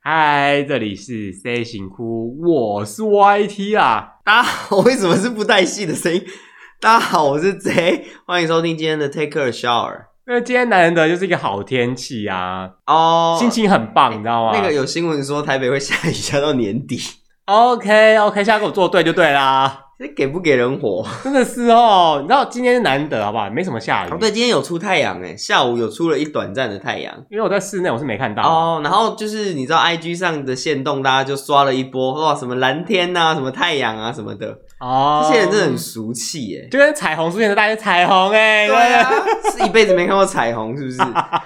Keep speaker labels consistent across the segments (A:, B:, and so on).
A: 嗨，这里是 C 型哭，我是啊 YT 啦。
B: 大家好，为什么是不带戏的声音？大家好，我是 J，欢迎收听今天的 Take a Shower。
A: 那今天难得就是一个好天气啊，
B: 哦、
A: 心情很棒，你知道吗？
B: 那个有新闻说台北会下雨下到年底，
A: OK OK，现在给我做对就对啦。
B: 这给不给人活？
A: 真的是哦，你知道今天是难得好不好？没什么下雨，
B: 哦，对，今天有出太阳诶，欸下午有出了一短暂的太阳。
A: 因为我在室内我是没看到。
B: 哦，然后就是你知道 IG 上的线动，大家就刷了一波，哇，什么蓝天呐、什么太阳啊什么的，
A: 哦
B: 这些人真的很俗气耶。
A: 就跟彩虹出现的大家就彩虹哎、
B: 对啊，是一辈子没看过彩虹 是不是？
A: 啊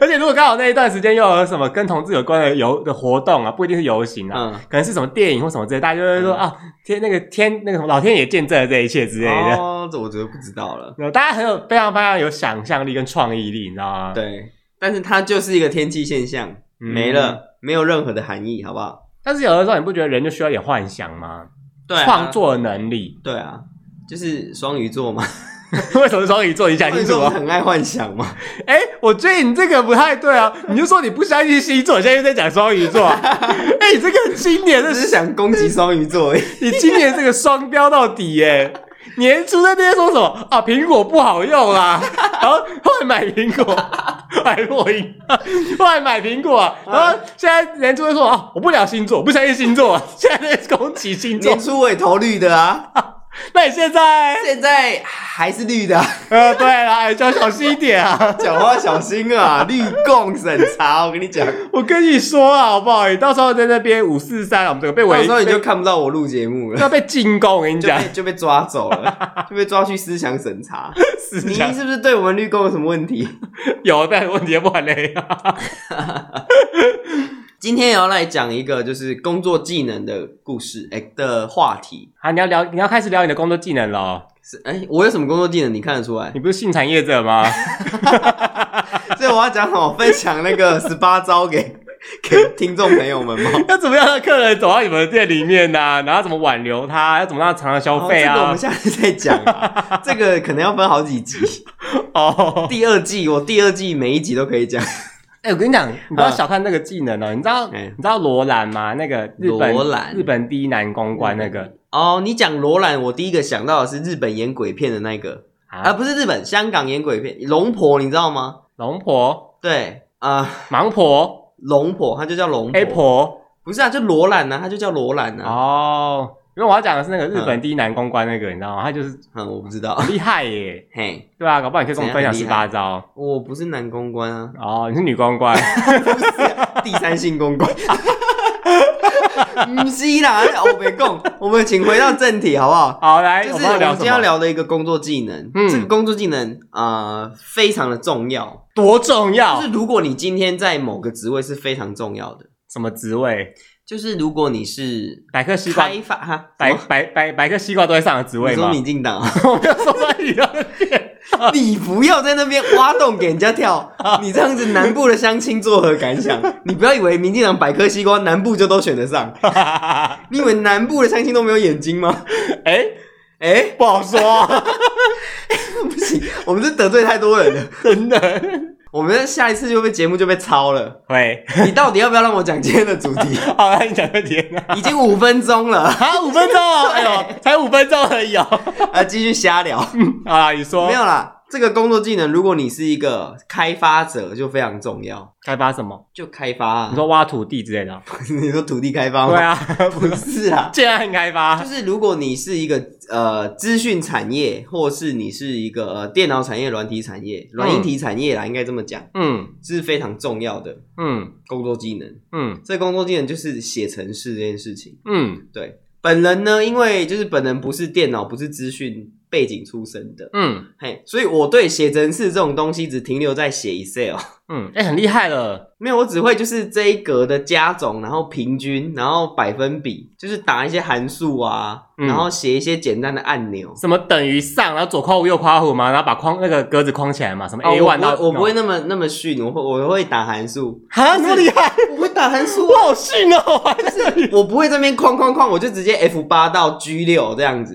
A: 而且如果刚好那一段时间又有什么跟同志有关的游的活动啊，不一定是游行啊，
B: 嗯，
A: 可能是什么电影或什么之类，大家就会说、
B: 嗯
A: 啊，天那个天那个什么老天爷见证了这一切之类的。
B: 哦，这我觉得不知道了。
A: 然后大家很有非常非常有想象力跟创意力，你知道吗？，
B: 对，但是它就是一个天气现象，
A: 嗯
B: 没了，没有任何的含义，好不好？
A: 但是有的时候你不觉得人就需要一点幻想吗？
B: 对啊
A: 创，作的能力，
B: 对啊，就是双鱼座嘛，
A: 为什么是双鱼座？你讲
B: 双
A: 清
B: 鱼
A: 楚
B: 座不
A: 啊
B: 是！很爱幻想 嘛。
A: 哎、我觉得你这个不太对啊！你就说你不相信星座，现在又在讲双鱼 座、啊。哎、你这个今年的
B: 只，是想攻击双鱼座而 已，
A: 你今年这个双标到底耶、年初在那边说什么啊？苹果不好用啦，然后后来买苹果，买落英，后来买苹果、啊，然后现在年初在说啊，我不聊星座，我不相信星座、啊，现在在攻击星座
B: 年。初我也投绿的啊，
A: 那你现在，
B: 现在还是绿的啊、
A: 呃，对啦，就要小心一点啊！
B: 讲话小心啊， 绿共审查，我跟 你讲，
A: 我跟你说啊，好不好？你到时候在那边五四三，我们整个被
B: 到
A: 围
B: 时，候你就看不到我录节目 了。
A: 要被进攻，我跟你
B: 就
A: 讲，
B: 被就被抓走了，就被抓去思想审 查。
A: 思
B: 你
A: 想
B: 是不是对我们绿共有什么问题？
A: 有但问题不然嘞。
B: 今天也要来讲一个就是工作技能的故事，哎、的话题
A: 好，你要聊，你要开始聊你的工作技能了。哦
B: 是哎、我有什么工作技能你看得出 来？
A: 你不是性产业者吗？
B: 所以我要讲什么？分享那 个十八招给给听众朋友们吗？
A: 要怎么样让客人走到你们的店里面呢、然后怎么挽留他？要怎么让他常常消
B: 哦
A: 费
B: 这个我
A: 啊
B: 们？下次再讲 啊，这个可能要分好几集。
A: 哦，
B: 第二季我第二季每一集都可 以讲。
A: 哎、我跟你讲，你
B: 嗯
A: 不要小看那个技能哦。你知道、
B: 哎
A: 你知道罗兰吗？那个日本
B: 罗兰
A: 日本第一男公关那个
B: 哦，你讲罗兰，我第一个想到的是日本演鬼片的那个啊，
A: 啊，
B: 不是日本，香港演鬼片龙婆，你知道吗？
A: 龙婆、
B: 对啊、
A: 盲婆、
B: 龙婆，它就叫龙婆
A: A 哎婆
B: 不是啊，就罗兰啊，它就叫罗兰啊。
A: 哦。因为我要讲的是那个日本第一男公关那个，你知道吗？他就是
B: 嗯，我不知道。
A: 厉害耶，
B: 嘿，
A: 对啊，搞不好你可以跟我们分享
B: 怎
A: 十
B: 样很
A: 八招
B: 我不是男公关啊，
A: 哦。你是女公关，
B: 第三性公关。 不是啦，哦我没空。我们请回到正题好不好？
A: 好来，
B: 就是
A: 哎我们要
B: 我们
A: 聊
B: 今
A: 什
B: 天要
A: 么？
B: 聊的一个工作技能，
A: 嗯
B: 这个工作技能啊、呃非常的重要。
A: 多重要
B: 就？是如果你今天在某个职位是非常重要的，
A: 什么职位？
B: 就是如果你是
A: 百科西瓜
B: 开发哈，
A: 白
B: 什么
A: 白白白个西瓜都会上的职位
B: 你
A: 吗
B: 说？民进党啊，
A: 我没有说在你的脸，
B: 你不要在那边挖洞给人 家跳，你这样子南部的乡亲作何感想？你不要以为民进党百科西瓜南部就都选得上，
A: 哎、
B: 你以为南部的乡亲都没有眼睛吗？ 哎、
A: 不好说，啊
B: 不行，我们这得罪太多人了，
A: 真的
B: 我们下一次就被节目就被抄了。
A: 会。
B: 你到底要不要让我讲今天的 主题？
A: 好，那你讲个点啊？
B: 已经五分钟了，
A: 啊，五分钟哦， 哎呦，才五分钟而已哦。
B: 啊，继续瞎聊。
A: 好啦，你说
B: 没有啦，这个工作技能，如果你是一个开发者，就非常重要。
A: 开发什么？
B: 就开发、啊
A: 你，说挖土地之类的哦？
B: 你说土地开发吗？
A: 对，啊，
B: 不是 啊，
A: 建案开发
B: 就。是如果你是一个呃资讯产业，或是你是一个呃电脑产业、软体产业、软硬体产业啦，应该这么讲，
A: 嗯
B: 是非常重要的
A: 嗯
B: 工作技能。
A: 嗯
B: 这工作技能就是写程式这件事情。
A: 嗯
B: 对，本人呢，因为就是本人不是电脑、不是资讯背景出身的，
A: 嗯
B: 嘿，所以我对写程式这种东西只停留在写 Excel。
A: 嗯，哎、很厉害了。
B: 没有，我只会就是这一格的加总，然后平均，然后百分比，就是打一些函数啊，
A: 嗯
B: 然后写一些简单的按钮。
A: 什么等于上，然后左括弧右括弧嘛，然后把框那个格子框起来嘛，什么
B: 哦
A: A
B: 我
A: one
B: 不
A: 到、，
B: 会，我不会那么那么逊，我会我会打函数
A: 啊，那么厉害，
B: 我会打函 数
A: 我
B: 啊，
A: 好逊哦，我还
B: 我不会这边框框框，我就直接 F 八到 G 六这样子、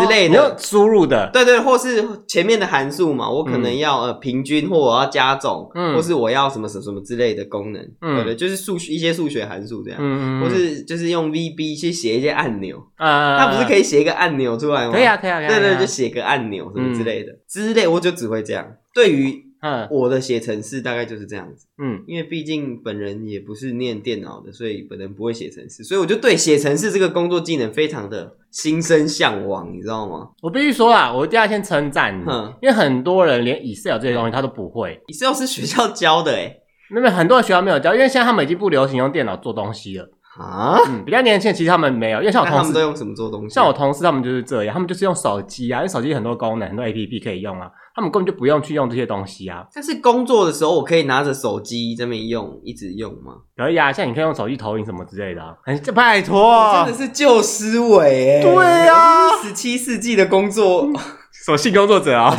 B: 之类
A: 你
B: 的
A: 要。输入的，
B: 对对，或是前面的函数嘛，我可能要、呃平均，或我要加总，
A: 嗯
B: 或是是我要什么什么什么之类的功能，
A: 嗯
B: 对对，就是数学一些数学函数这样，
A: 嗯，
B: 或是就是用 VB 去写一些按钮，
A: 呃，
B: 它不是可
A: 以，
B: 以写一个按钮出来吗？
A: 可以啊，可以啊，可以啊
B: 对对，就
A: 可以啊
B: 写个按钮什么之类的、之类，我就只会这样。对于
A: 嗯
B: 我的写程式大概就是这样子，
A: 嗯
B: 因为毕竟本人也不是念电脑的，所以本人不会写程式，所以我就对写程式这个工作技能非常的心生向往，你知道吗？
A: 我必须说啊，我一定要先称赞你
B: 哼，
A: 因为很多人连 Excel 这些东西他都不会，
B: 你是要是学校教的哎、
A: 那么很多学校没有教，因为现在他们已经不流行用电脑做东西 了。
B: 啊？
A: 嗯，比较年轻的其实他们没有，因为像
B: 那
A: 我
B: 他
A: 同
B: 们
A: 事
B: 都用什么做东西？啊
A: 像我同事他们就是这样，他们就是用手机啊，因为手机有很多功能，很多 A P P 可以用啊，他们根本就不用去用这些东西啊。
B: 但是工作的时候，我可以拿着手机这边用，一直用吗？
A: 可以啊，像你可以用手机投影什么之类的、啊，很 拜托
B: 真，的是旧思维哎、
A: 对啊
B: 十七世纪的 工作，
A: 什么性工作者 啊？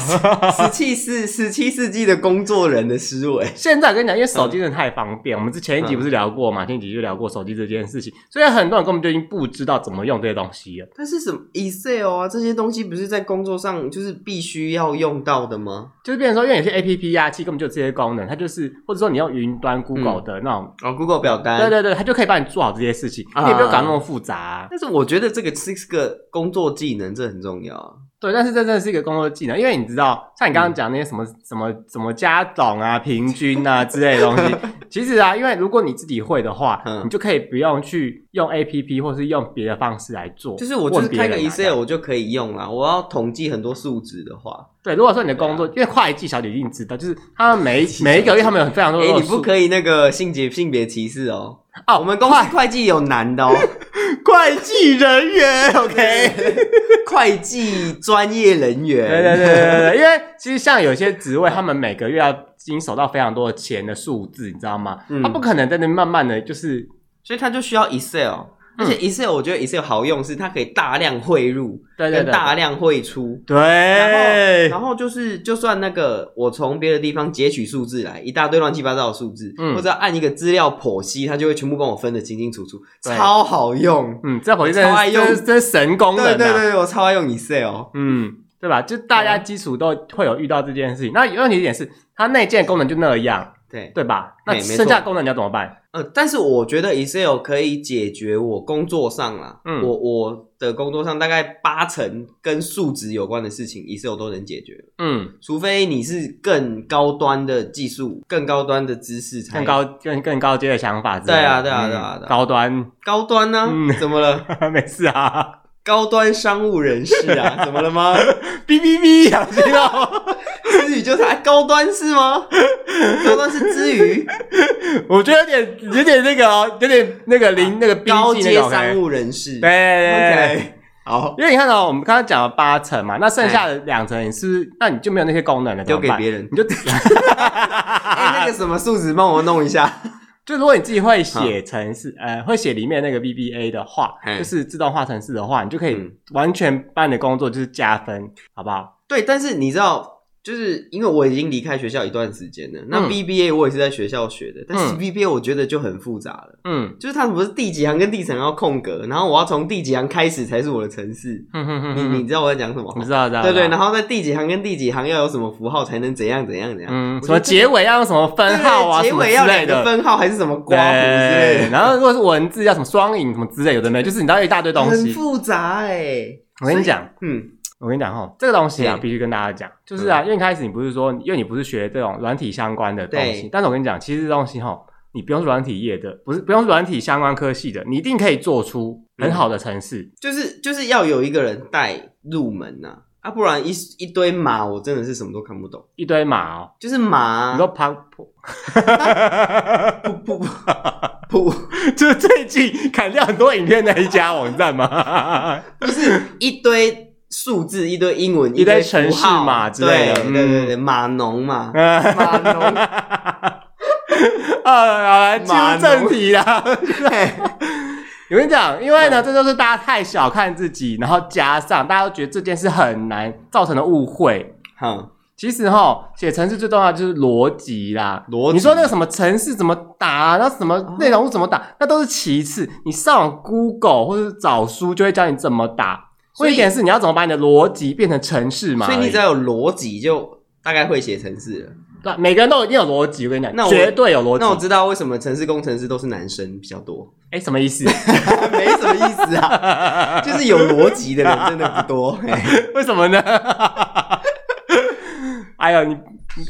B: 十七世十七世纪的工作人的思维。
A: 现在我跟你讲，因为手机真的太方便，我们之前一集不是聊过嘛，前几集就聊过手机这件事情，所以很多人根本就已经不知道怎么用这些东西了。
B: 但是什么 Excel 啊这些东西，不是在工作上就是必须要用到的吗
A: 就是变成说，因为有些 A P P 啊，其实根本就有这些功能，它就是或者说你用云端 Google 的那种，
B: 哦，Google 表单。
A: 对对对，它就可以帮你做好这些事情，
B: 啊
A: 你也不用搞那么复杂啊、
B: 但是我觉得这个是个工作技能，这很重要啊。
A: 对，但是这真的是一个工作技能，因为你知道，像你
B: 嗯
A: 刚刚讲那些什么、什么什么加总啊、平均啊之类的东 西，其实啊，因为如果你自己会的话，
B: 嗯
A: 你就可以不用去用 A P P 或是用别的方式来做。
B: 就是我就是
A: 问别人
B: 开个
A: 啊
B: Excel 我就可以用啦。我要统计很多数值的话，
A: 对，如果说你的工
B: 啊
A: 作，因为会计小姐一定知道，就是他们每一每一个月他们有非常多
B: 哎、
A: 的
B: 你
A: 数
B: 不可以那个性别性别歧视哦。
A: 哦
B: 我们公司会计有男的哦，
A: 会计 人员，OK。
B: 会计专业人员。
A: 对对对对对，因为其实像有些职位，他们每个月要经手到非常多的钱的数字，你知道吗？
B: 嗯
A: 他不可能在那慢慢的就是
B: 所以他就需要
A: 嗯
B: Excel，而且 Excel 我觉得 Excel 好用是它可以大量汇入，
A: 对对
B: 跟
A: 对
B: 大量汇出。
A: 对
B: 然后，然后就是，就算那个我从别的地方截取数字来，一大堆乱七八糟的数字，
A: 嗯
B: 或者按一个资料剖析，它就会全部帮我分得清清楚楚，
A: 对
B: 超好用。
A: 嗯，这回真
B: 超爱
A: 的
B: 用
A: 真是真是神功能、啊，
B: 对对啊对，我超爱用 Excel。
A: 嗯，对吧？就大家基础都会有遇到这件事情。那有问题一点是，它内建功能就那样，
B: 对，
A: 对吧？那
B: 对没错
A: 剩下功能你要怎么办？
B: 呃，但是我觉得 Excel 可以解决我工作上啦，
A: 嗯
B: 我我的工作上大概八成跟数值有关的事情，Excel 都能解决，
A: 嗯，
B: 除非你是更高端的技术、更高端的知识才
A: 更高更更高阶的想法之类的，
B: 哎对啊对啊
A: 嗯
B: 对啊对啊
A: 高端，
B: 高端呢、
A: 嗯
B: 怎么了？
A: 没事啊，
B: 高端商务人士啊，怎么了吗？
A: 哔哔哔，小心 哦。
B: 知语就是啊高端是吗？高端是知 语，
A: 我觉得有点有点那个哦，有点那个零那个逼
B: 啊高
A: 近
B: 阶
A: 那种
B: 商
A: 感觉
B: 务人士。
A: 对对对对
B: OK，好，
A: 因为你看哦到、我们刚刚讲了八成嘛，那剩下的两成你是不是那你就没有那些功能了，
B: 哎丢给
A: 怎么办
B: 别人。
A: 你就只
B: 哎、 那个什么数值帮我弄一下。
A: 就如果你自己会写程式，呃，会写里面那个 VBA 的话，
B: 嗯
A: 就是自动化程式的话，你就可以
B: 嗯
A: 完全把你的工作就是加分，好不好？
B: 对，但是你知道，就是因为我已经离开学校一段时间了，那
A: 嗯
B: BBA 我也是在学校学的，但是
A: 嗯
B: BBA 我觉得就很复杂了，
A: 嗯，
B: 就是它不是第几行跟第几行要空格，然后我要从第几行开始才是我的城市。
A: 哼哼哼
B: 你
A: 哼
B: 你知道我在讲什么
A: 你
B: 吗？
A: 知嗯道知道
B: 嗯对对，然
A: 后
B: 后在第几行跟第几行要有什么符号才能怎样怎样怎样？
A: 嗯，
B: 我
A: 什么
B: 觉得这
A: 结尾要用什么分号啊，
B: 对结尾
A: 什
B: 要
A: 么之类
B: 两个
A: 的。
B: 分号还是什么刮胡之类
A: 对，
B: 的，
A: 然后如果是文字要什么双引什么之类，有的没，就是你知道一大堆东
B: 很
A: 西。
B: 复杂哎、
A: 我跟你讲，
B: 嗯，
A: 我跟你讲哈，这个东西啊，
B: 对
A: 必须跟大家讲，就是啊，因为一开始你不是说，因为你不是学这种软体相关的东西
B: 对，
A: 但是我跟你讲，其实这东西哈，你不用是软体业的，不是不用是软体相关科系的，你一定可以做出很好的城市。
B: 就是就是要有一个人带入门呐、啊，不然一一堆码我真的是什么都看不懂。
A: 一堆马哦，
B: 就是马啊、
A: 你说庞，
B: 不不不，
A: 就是最近砍掉很多影片那一家哦网站 嘛，
B: 一堆数字，一堆英文，
A: 一堆
B: 堆
A: 程式
B: 符号
A: 码之类的
B: 对
A: 嗯
B: 对对对，码 农嘛，码农。
A: 呃啊，进
B: 马
A: 入
B: 农
A: 正题啦。
B: 对
A: 我跟你讲，因为呢，这就是大家太小看自己，然后加上大家都觉得这件事很难造成的误会。
B: 好，
A: 其实哈，写程式最重要的就是逻辑啦。
B: 逻辑
A: 你说那个什么程式怎么打，那什么内容物怎么打，那都是其次。你上网 Google 或者找书就会教你怎么打。
B: 所以
A: 会一点是你要怎么把你的逻辑变成程式嘛？
B: 所以你只要有逻辑，就大概会写程式了。
A: 那每个人都一定有逻辑，我跟你
B: 那
A: 讲，
B: 我
A: 绝对有逻
B: 那我
A: 辑。
B: 知道为什么城市工程师都是男生比较多，
A: 哎，什么意思？
B: 没什么意思 啊，就是有逻辑的人真的不多。嘿
A: 为什么呢？ 哎呦，你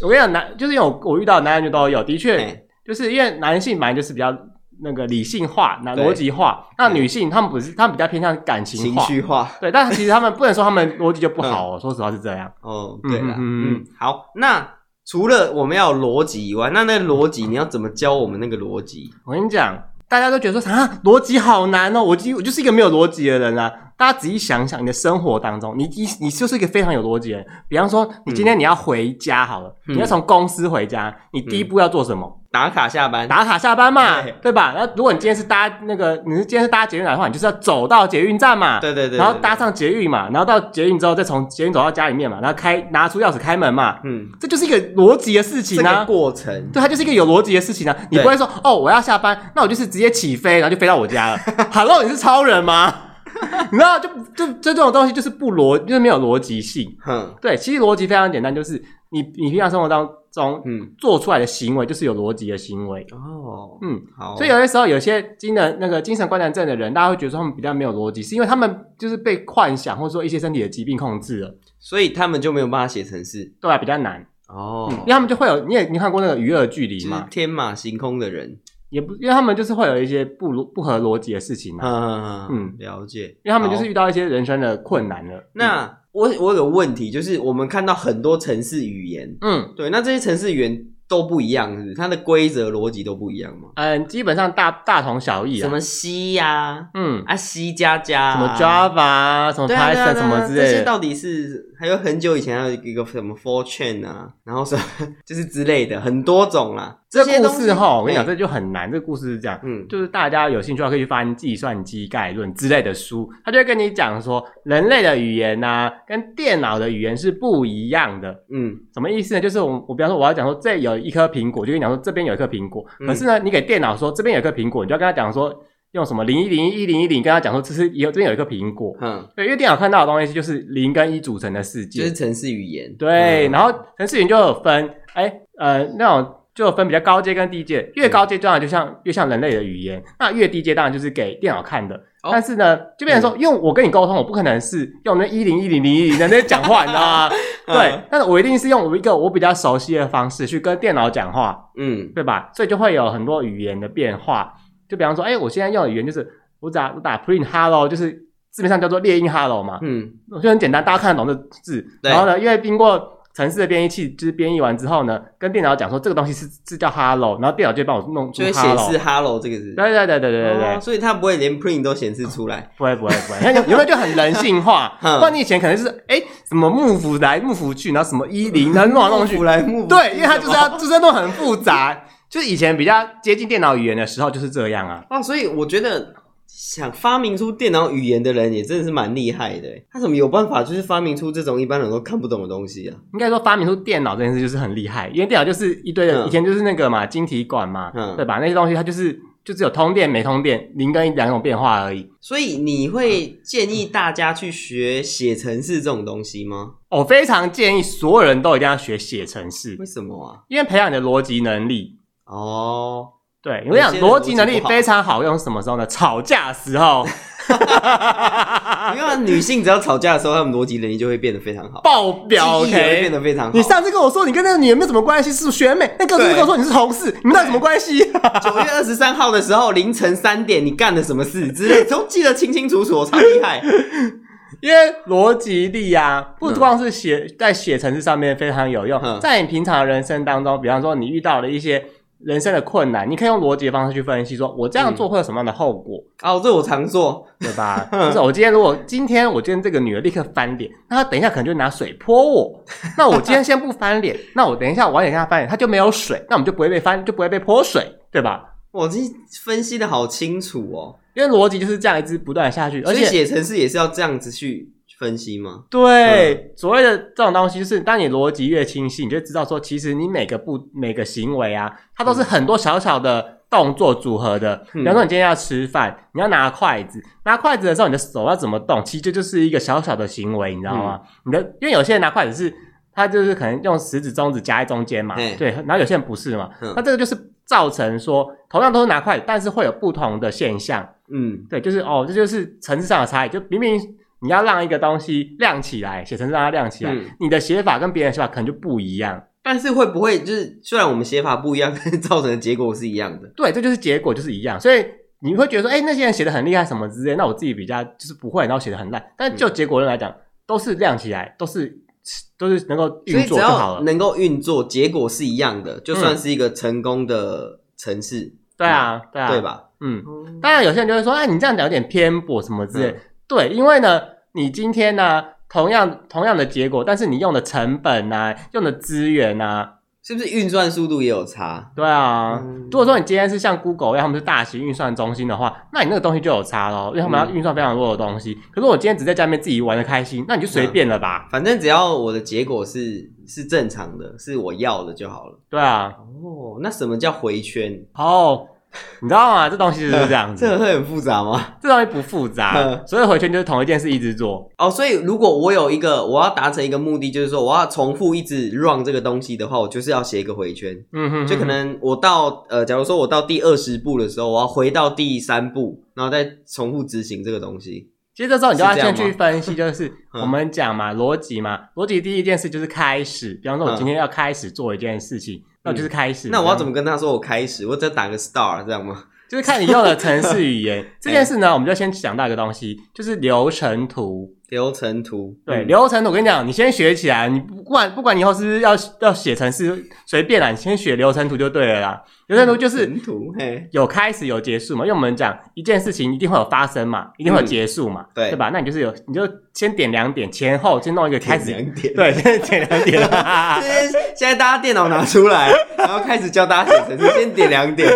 A: 我跟你讲，男就是因为我我遇到的男人就都有，的确
B: 嘿
A: 就是因为男性本来就是比较那个理性化、那
B: 对
A: 逻辑化，那
B: 嗯
A: 女性她们不是，她们比较偏向感情
B: 情
A: 化。
B: 绪嗯化
A: 对，但其实他们不能说他们逻辑就不好哦，说实话是这样。
B: 哦，对了，
A: 嗯嗯嗯
B: 嗯，好，那除了我们要有逻辑以外，那那个逻辑你要怎么教我们那个逻辑？
A: 我跟你讲，大家都觉得说啊，逻辑好难哦，我就我就是一个没有逻辑的人啊。大家仔细想想，你的生活当中，你你你就是一个非常有逻辑的人。比方说，你今天你要回家好了，
B: 嗯
A: 你要从公司回家，你第一步要做什么？
B: 打卡下班，
A: 打卡下班嘛，
B: 对
A: 对吧？那如果你今天是搭那个，你是今天是搭捷运来的话，你就是要走到捷运站嘛，
B: 对对对对
A: 然后搭上捷运嘛，然后到捷运之后再从捷运走到家里面嘛，然后开拿出钥匙开门嘛，
B: 嗯，
A: 这就是一个逻辑的事情
B: 这
A: 啊。
B: 个过程，
A: 对，它就是一个有逻辑的事情啊！你
B: 对
A: 不会说哦，我要下班，那我就是直接起飞，然后就飞到我家了。Hello，你是 超人吗？ 你知道，就就就这种东西就是不逻，就是没有逻辑性。
B: 哼，
A: 对，其实逻辑非常简单，就是你你平常生活当中
B: 嗯，
A: 做出来的行为就是有逻辑的行为。
B: 哦，
A: 嗯，
B: 好，
A: 所以有些时候有些精神那个精神官能症的人，大家会觉得说他们比较没有逻辑，是因为他们就是被幻想或者说一些身体的疾病控制了，
B: 所以他们就没有办法写程式
A: 对吧？比较难，
B: 哦
A: 嗯，因为他们就会有，你也你看过那个娱乐距离
B: 就
A: 嘛
B: 是？天马行空的人，
A: 也不，因为他们就是会有一些不逻不合逻辑的事情嘛，
B: 嗯
A: 嗯
B: 嗯，了解，
A: 因为他们就是
B: 好
A: 遇到一些人生的困难了。
B: 那我我有个问题，就是我们看到很多城市语言，
A: 嗯
B: 对，那这些城市语言都不一样，是不是？它的规则逻辑都不一样吗？
A: 嗯，基本上大大同小异
B: 什
A: 啊。
B: 么 C 呀、啊，
A: 嗯，
B: C 加加啊、
A: 什么 Java 啊，什么
B: 对啊对啊
A: Python
B: 对
A: 什
B: 啊
A: 么之
B: 这些
A: 类的。
B: 到底是还有很久以前还有一个什么 Fortune 啊，然后什么 就是之类的很多种啦。
A: 这
B: 些
A: 故
B: 东西
A: 事哈，我跟你讲，
B: 嘿
A: 这就很难。这故事是这样，
B: 嗯
A: 就是大家有兴趣的话可以去翻《计算机概论》之类的书，他就会跟你讲说，人类的语言呐、跟电脑的语言是不一样的。
B: 嗯
A: 什么意思呢？就是我我比方说我要讲说这有一颗苹果，就跟你讲说这边有一颗苹果，
B: 嗯
A: 可是呢，你给电脑说这边有一颗苹果，你就要跟他讲说用什么零一零一零一零跟他讲说这是有这边有一颗苹果，
B: 哼，
A: 对，因为电脑看到的东西就是零跟一组成的世界，
B: 嗯就是城市语言。
A: 对，
B: 嗯
A: 然后程序员就有分，哎呃那种。就有分比较高阶跟低阶，越高阶当然就像越像人类的语言，那越低阶当然就是给电脑看的。
B: 嗯哦嗯
A: 但是呢，就变成说，因为我跟你沟通，我不可能是用那一零一零零一零的那讲话，你知道吗？对
B: 嗯，
A: 但是我一定是用我一个我比较熟悉的方式去跟电脑讲话，
B: 嗯
A: 对吧？所以就会有很多语言的变化。就比方说，哎、我现在用的语言就是我打我打 print hello，就是字面上叫做猎鹰 hello 嘛，
B: 嗯
A: 就很简单，大家看得懂这字。
B: 对
A: 然后呢，因为经过城市的编译器，就是编译完之后呢，跟电脑讲说这个东西是是叫 hello，然后电脑就会帮我弄出
B: 就会显
A: hello
B: 示。“hello” 这个字。
A: 对对对对对对对
B: 哦，所以它不会连 print 都显示出来。
A: 不会不会不会，你看有有没有就很人性化？
B: 嗯
A: 不然你以前可能是哎、什么幕府来幕府去，然后什么一零，然后弄来弄去
B: 幕府，来幕府哦
A: 对，因为它就是要
B: 什么
A: 就是要弄很复杂，就是以前比较接近电脑语言的时候就是这样啊。
B: 啊，所以我觉得想发明出电脑语言的人也真的是蛮厉害的欸。他怎么有办法就是发明出这种一般人都看不懂的东西啊？
A: 应该说发明出电脑这件事就是很厉害，因为电脑就是一堆的，
B: 嗯
A: 以前就是那个嘛晶体管嘛，
B: 嗯
A: 对吧？那些东西它就是就只有通电没通电，零跟一两种变化而已。
B: 所以你会建议大家去学写程式这种东西吗？
A: 我非常建议所有人都一定要学写程式
B: 为，什么啊？
A: 因为培养你的逻辑能力。
B: 哦，
A: 对，我跟你讲
B: 有些人
A: 逻辑能
B: 逻辑
A: 力
B: 不好
A: 非常好用，什么时候呢？吵架的时候，
B: 因为啊女性只要吵架的时候，她们逻辑能力就会变得非常好，
A: 爆表
B: 记忆也会
A: OK
B: 变。得非常好。
A: 你上次跟我说你跟那个女人没有什么关系，是学妹，那个就是
B: 对
A: 跟我说你是同事，你们那有什么关系？
B: 九月二十三号的时候凌晨三点，你干了什么事之类，都记得清清楚楚，超厉害。
A: 因为逻辑力啊，不光是写在写程式上面非常有用，
B: 嗯
A: 在你平常的人生当中，比方说你遇到了一些人生的困难，你可以用逻辑的方式去分析，说我这样做会有什么样的后果，
B: 哦，这我常做，
A: 对吧？就是我今天如果今天我今天这个女的立刻翻脸，那她等一下可能就拿水泼我，那我今天先不翻脸，那我等一下晚点跟她翻脸，她就没有水，那我们就不会被翻，就不会被泼水，对吧？
B: 我这分析的好清楚哦。
A: 因为逻辑就是这样一直不断地下去，而
B: 所以
A: 且
B: 写程式也是要这样子去分析吗？
A: 对，所谓的这种东西，就是当你逻辑越清晰，你就知道说，其实你每个步、每个行为啊，它都是很多小小的动作组合的。
B: 嗯
A: 比方说，你今天要吃饭，你要拿筷子，拿筷子的时
B: 嗯
A: 候，你的手要怎么动，其实这就是一个小小的行为，你知道吗？你的，因为有些人拿筷子是。他就是可能用食指、中指夹在中间嘛
B: 嘿，
A: 对。然后有些人不是嘛
B: 嗯，
A: 那这个就是造成说同样都是拿筷子，但是会有不同的现象。
B: 嗯，
A: 对，就是哦，这就是层次上的差异。就明明你要让一个东西亮起来，写成让它亮起来，
B: 嗯
A: 你的写法跟别人的写法可能就不一样。
B: 但是会不会就是虽然我们写法不一样，但是造成的结果是一样的？
A: 对，这就是结果就是一样，所以。你会觉得说，哎、那些人写的很厉害什么之类，那我自己比较就是不会，然后写的很烂。但
B: 嗯
A: 就结果论来讲，都是亮起来，都是都是能够
B: 所以
A: 运
B: 只
A: 作就好
B: 要
A: 了。嗯
B: 能够运作，结果是一样的，就算是一个成功的城市，
A: 对啊，对啊，
B: 对？吧？
A: 嗯，当然，有些人就会说：“哎，你这样讲有点偏颇什么之类。
B: 嗯
A: 对，因为呢，你今天呢、同样同样的结果，但是你用的成本啊，用的资源啊，
B: 是不是运算速度也有差？
A: 对啊。
B: 嗯
A: 如果说你今天是像 Google 一样，他们是大型运算中心的话，那你那个东西就有差咯，因为他
B: 嗯
A: 们要运算非常多的东西。可是我今天只在家里面自己玩的开心，那你就随便了吧。
B: 反正只要我的结果是是正常的，是我要的就好了。
A: 对啊，
B: 哦，那什么叫回圈？
A: 哦，你知道吗？这东西就是这样
B: 这
A: 子，
B: 会很复杂吗？
A: 这东西不复杂，
B: 嗯
A: 所以回圈就是同一件事一直做。
B: 哦，所以如果我有一个我要达成一个目的，就是说我要重复一直 run 这个东西的话，我就是要写一个回圈。
A: 嗯哼哼，
B: 就可能我到呃，假如说我到第二十步的时候，我要回到第三步，然后再重复执行这个东西。
A: 其实这时候你就要
B: 是这样
A: 先
B: 吗
A: 去分析，就是
B: 嗯
A: 我们讲嘛，逻辑嘛，逻辑第一件事就是开始。比方说，我今天要开始做一件事情，那我就是开始。
B: 嗯那我要怎
A: 么？
B: 么跟他说我开始？我只要打个 star 这样吗？
A: 就是看你用的程式语 言这件事呢，我们就先想到一个东西，就是流程图。
B: 流程图
A: 对，
B: 嗯
A: 流程图，我跟你讲，你先学起来，你不管不管你以后是不是要要写程式，随便啦，你先学流程图就对了啦。流程图就是
B: 程图，嘿，
A: 有开始有结束嘛，因为我们讲一件事情一定会有发生嘛，一定会有
B: 嗯
A: 结束嘛，
B: 对
A: 对吧？那你就是有，你就先点两点，前后先弄一个开始
B: 两点。
A: 对，现在点两点了，
B: 现在 现在大家电脑拿出来， 然后开始教大家写程式，先点 两点。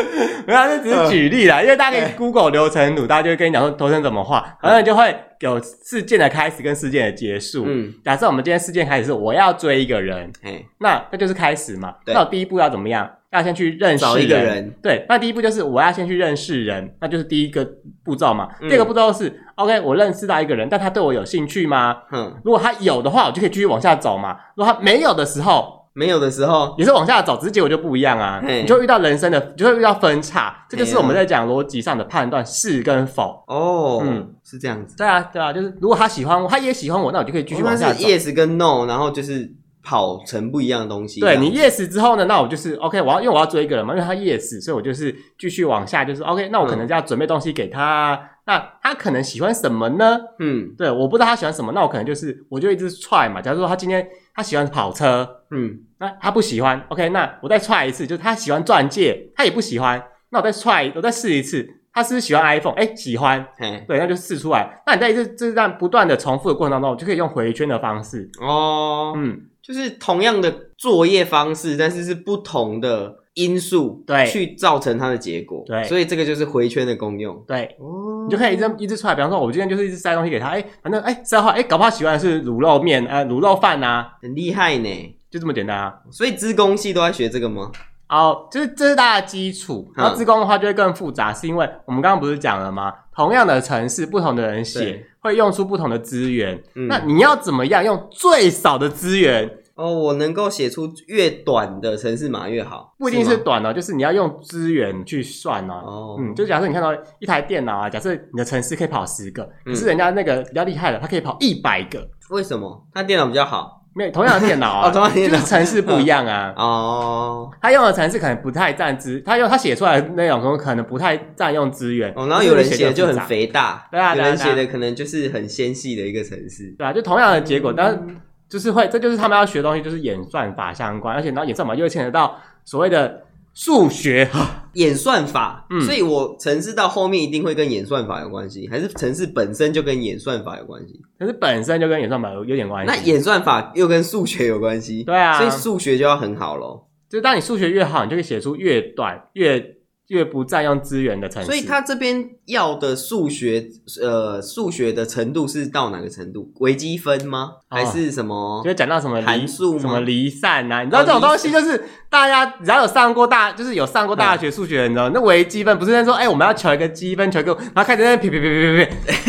A: 没有啊，这只是举例
B: 嗯
A: 啦，因为大家可以 Google 流程图，大家就会跟你讲说流程怎么画，然后你就会有事件的开始跟事件的结束。
B: 嗯，
A: 假设我们今天事件开始是我要追一个人，
B: 嘿，
A: 那那就是开始嘛。
B: 对
A: 那我第一步要怎么样？要先去认识
B: 找一个人。
A: 对，那第一步就是我要先去认识人，那就是第一个步骤嘛。
B: 嗯
A: 第二个步骤是 OK，我认识到一个人，但他对我有兴趣吗？
B: 哼，
A: 如果他有的话，我就可以继续往下走嘛。如果他没有的时候，
B: 没有的时候，
A: 也是往下走，只是结果就不一样啊。
B: 嘿
A: 你就会遇到人生的，你就会遇到分岔，这就是我们在讲逻辑上的判断是跟否。
B: 哦，
A: 嗯
B: 是这样子，
A: 对啊，对啊，就是如果他喜欢我，他也喜欢我，那我就可以继续
B: 哦
A: 往
B: 那
A: 下
B: 是
A: 走。
B: yes 跟 no，然后就是跑成不一样的东西。
A: 对
B: 这样
A: 你 yes 之后呢，那我就是 OK，我要因为我要追一个人嘛，因为他 yes，所以我就是继续往下，就是 OK，那我可能就要准备东西给他。那他可能喜欢什么呢？
B: 嗯
A: 对，我不知道他喜欢什么，那我可能就是我就一直 try 嘛。假如说他今天他喜欢跑车，
B: 嗯，
A: 那他不喜欢，OK，那我再踹一次，就是他喜欢钻戒，他也不喜欢，那我再踹，我再试一次，他是不是喜欢 iPhone？哎，喜欢，
B: 嘿，
A: 对，那就试出来。那你在这这样不断的重复的过程当中，我就可以用回圈的方式，
B: 哦，
A: 嗯，
B: 就是同样的作业方式，但是是不同的因素
A: 对
B: 去造成它的结果。
A: 对
B: 所以这个就是回圈的功用。
A: 对，
B: 哦
A: 你就可以一直一直踹。比方说，我今天就是一直塞东西给他，哎，反正哎塞的话，哎，搞不好喜欢的是卤肉面，呃，卤肉饭呐、
B: 很厉害呢。
A: 就这么简单啊。
B: 所以资工系都在学这个吗？
A: 哦，就是这是大家的基础，然后
B: 嗯
A: 自工的话就会更复杂，是因为我们刚刚不是讲了吗？同样的城市，不同的人写
B: 对
A: 会用出不同的资源，
B: 嗯
A: 那你要怎么样用最少的资源？
B: 哦，我能够写出越短的城市码越好，
A: 不一定是
B: 吗
A: 短哦，就是你要用资源去算哦。
B: 哦，
A: 嗯，就假设你看到一台电脑啊，假设你的城市可以跑十个，可
B: 嗯
A: 是人家那个比较厉害的，他可以跑一百个。
B: 为什么？他电脑比较好
A: 没有同样的电脑啊，
B: 哦同样的电脑
A: 就是城市不一样啊。
B: 哦
A: 他用的城市可能不太占资，他用他写出来的内容可能不太占用资源。
B: 哦，然后有人写的
A: 的
B: 就很肥大，
A: 对啊对
B: 有
A: 啊
B: 人
A: 对啊
B: 写的可能就是很纤细的一个城市。
A: 对啊，就同样的
B: 嗯
A: 结果，但是就是会，这就是他们要学的东西，就是演算法相关，而且然后演算法又牵扯到所谓的数学，
B: 演算法，
A: 嗯
B: 所以我城市到后面一定会跟演算法有关系，还是城市本身就跟演算法有关系？
A: 可是本身就跟演算法有有点关系。
B: 那演算法又跟数学有关系，
A: 哎 对啊
B: 所以数学就要很好喽。
A: 就是当你数学越好，你就可以写出越短越越不占用资源的城市。
B: 所以他这边要的数学，呃，数学的程度是到哪个程度？微积分吗？还是什么？
A: 哦就讲到什么离
B: 函数吗
A: 什么离散啊，你知道这种东西就是大家只要有上过大，就是有上过大学数学的人，你知道那微积分不是在说，哎、我们要求一个积分，求一个，然后开始在那撇撇撇撇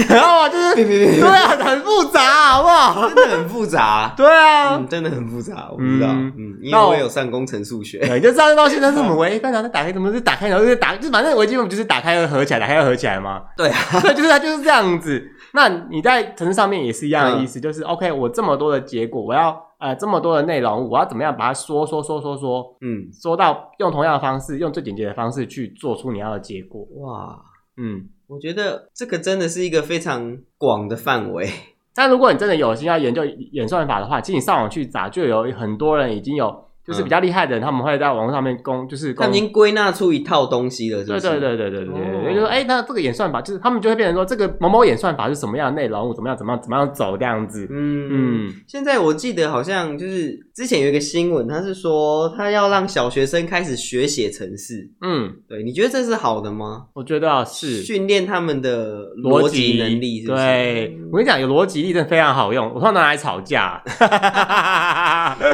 A: 撇，然后就是
B: 别别别 别
A: 对啊，很复杂，好不好？
B: 真的很 复杂，
A: 对啊，
B: 嗯，真的很复杂，我不知道，
A: 嗯
B: 嗯，因为
A: 那我
B: 我有上工程数学，
A: 对，你就知道那东西那是什么微积分，然后再打开，怎么就打开，然后就打，就反正微积分不就是打开又合起来，打开又合起来吗？
B: 对啊，
A: 对，就是它就是这样 子。那你在城市上面也是一样的意思，就是 OK，我这么多的结果，我要呃这么多的内容，我要怎么样把它说说说说说
B: 嗯，
A: 说到用同样的方式，用最简洁的方式去做出你要的结果。
B: 哇，
A: 嗯，
B: 我觉得这个真的是一个非常广的范围，
A: 但如果你真的有心要研究演算法的话，其实你上网去找，就有很多人已经有
B: 嗯
A: 就是比较厉害的人，他们会在网络上面公就是
B: 他
A: 公
B: 们已经归纳出一套东西了，是不
A: 对
B: 是？
A: 哦对对对对对
B: 哦
A: 对，就说哎，那这个演算法就是他们就会变成说这个某某演算法是什么样的内容，我怎么样怎么样怎么样走这样子。
B: 嗯。
A: 嗯，
B: 现在我记得好像就是之前有一个新闻，他是说他要让小学生开始学写程式。
A: 嗯，
B: 对，你觉得这是好的吗？
A: 我觉得啊是
B: 训练他们的逻辑能力是嗯不是？
A: 对，我跟你讲，有逻辑力真的非常好用，我常拿来吵 架。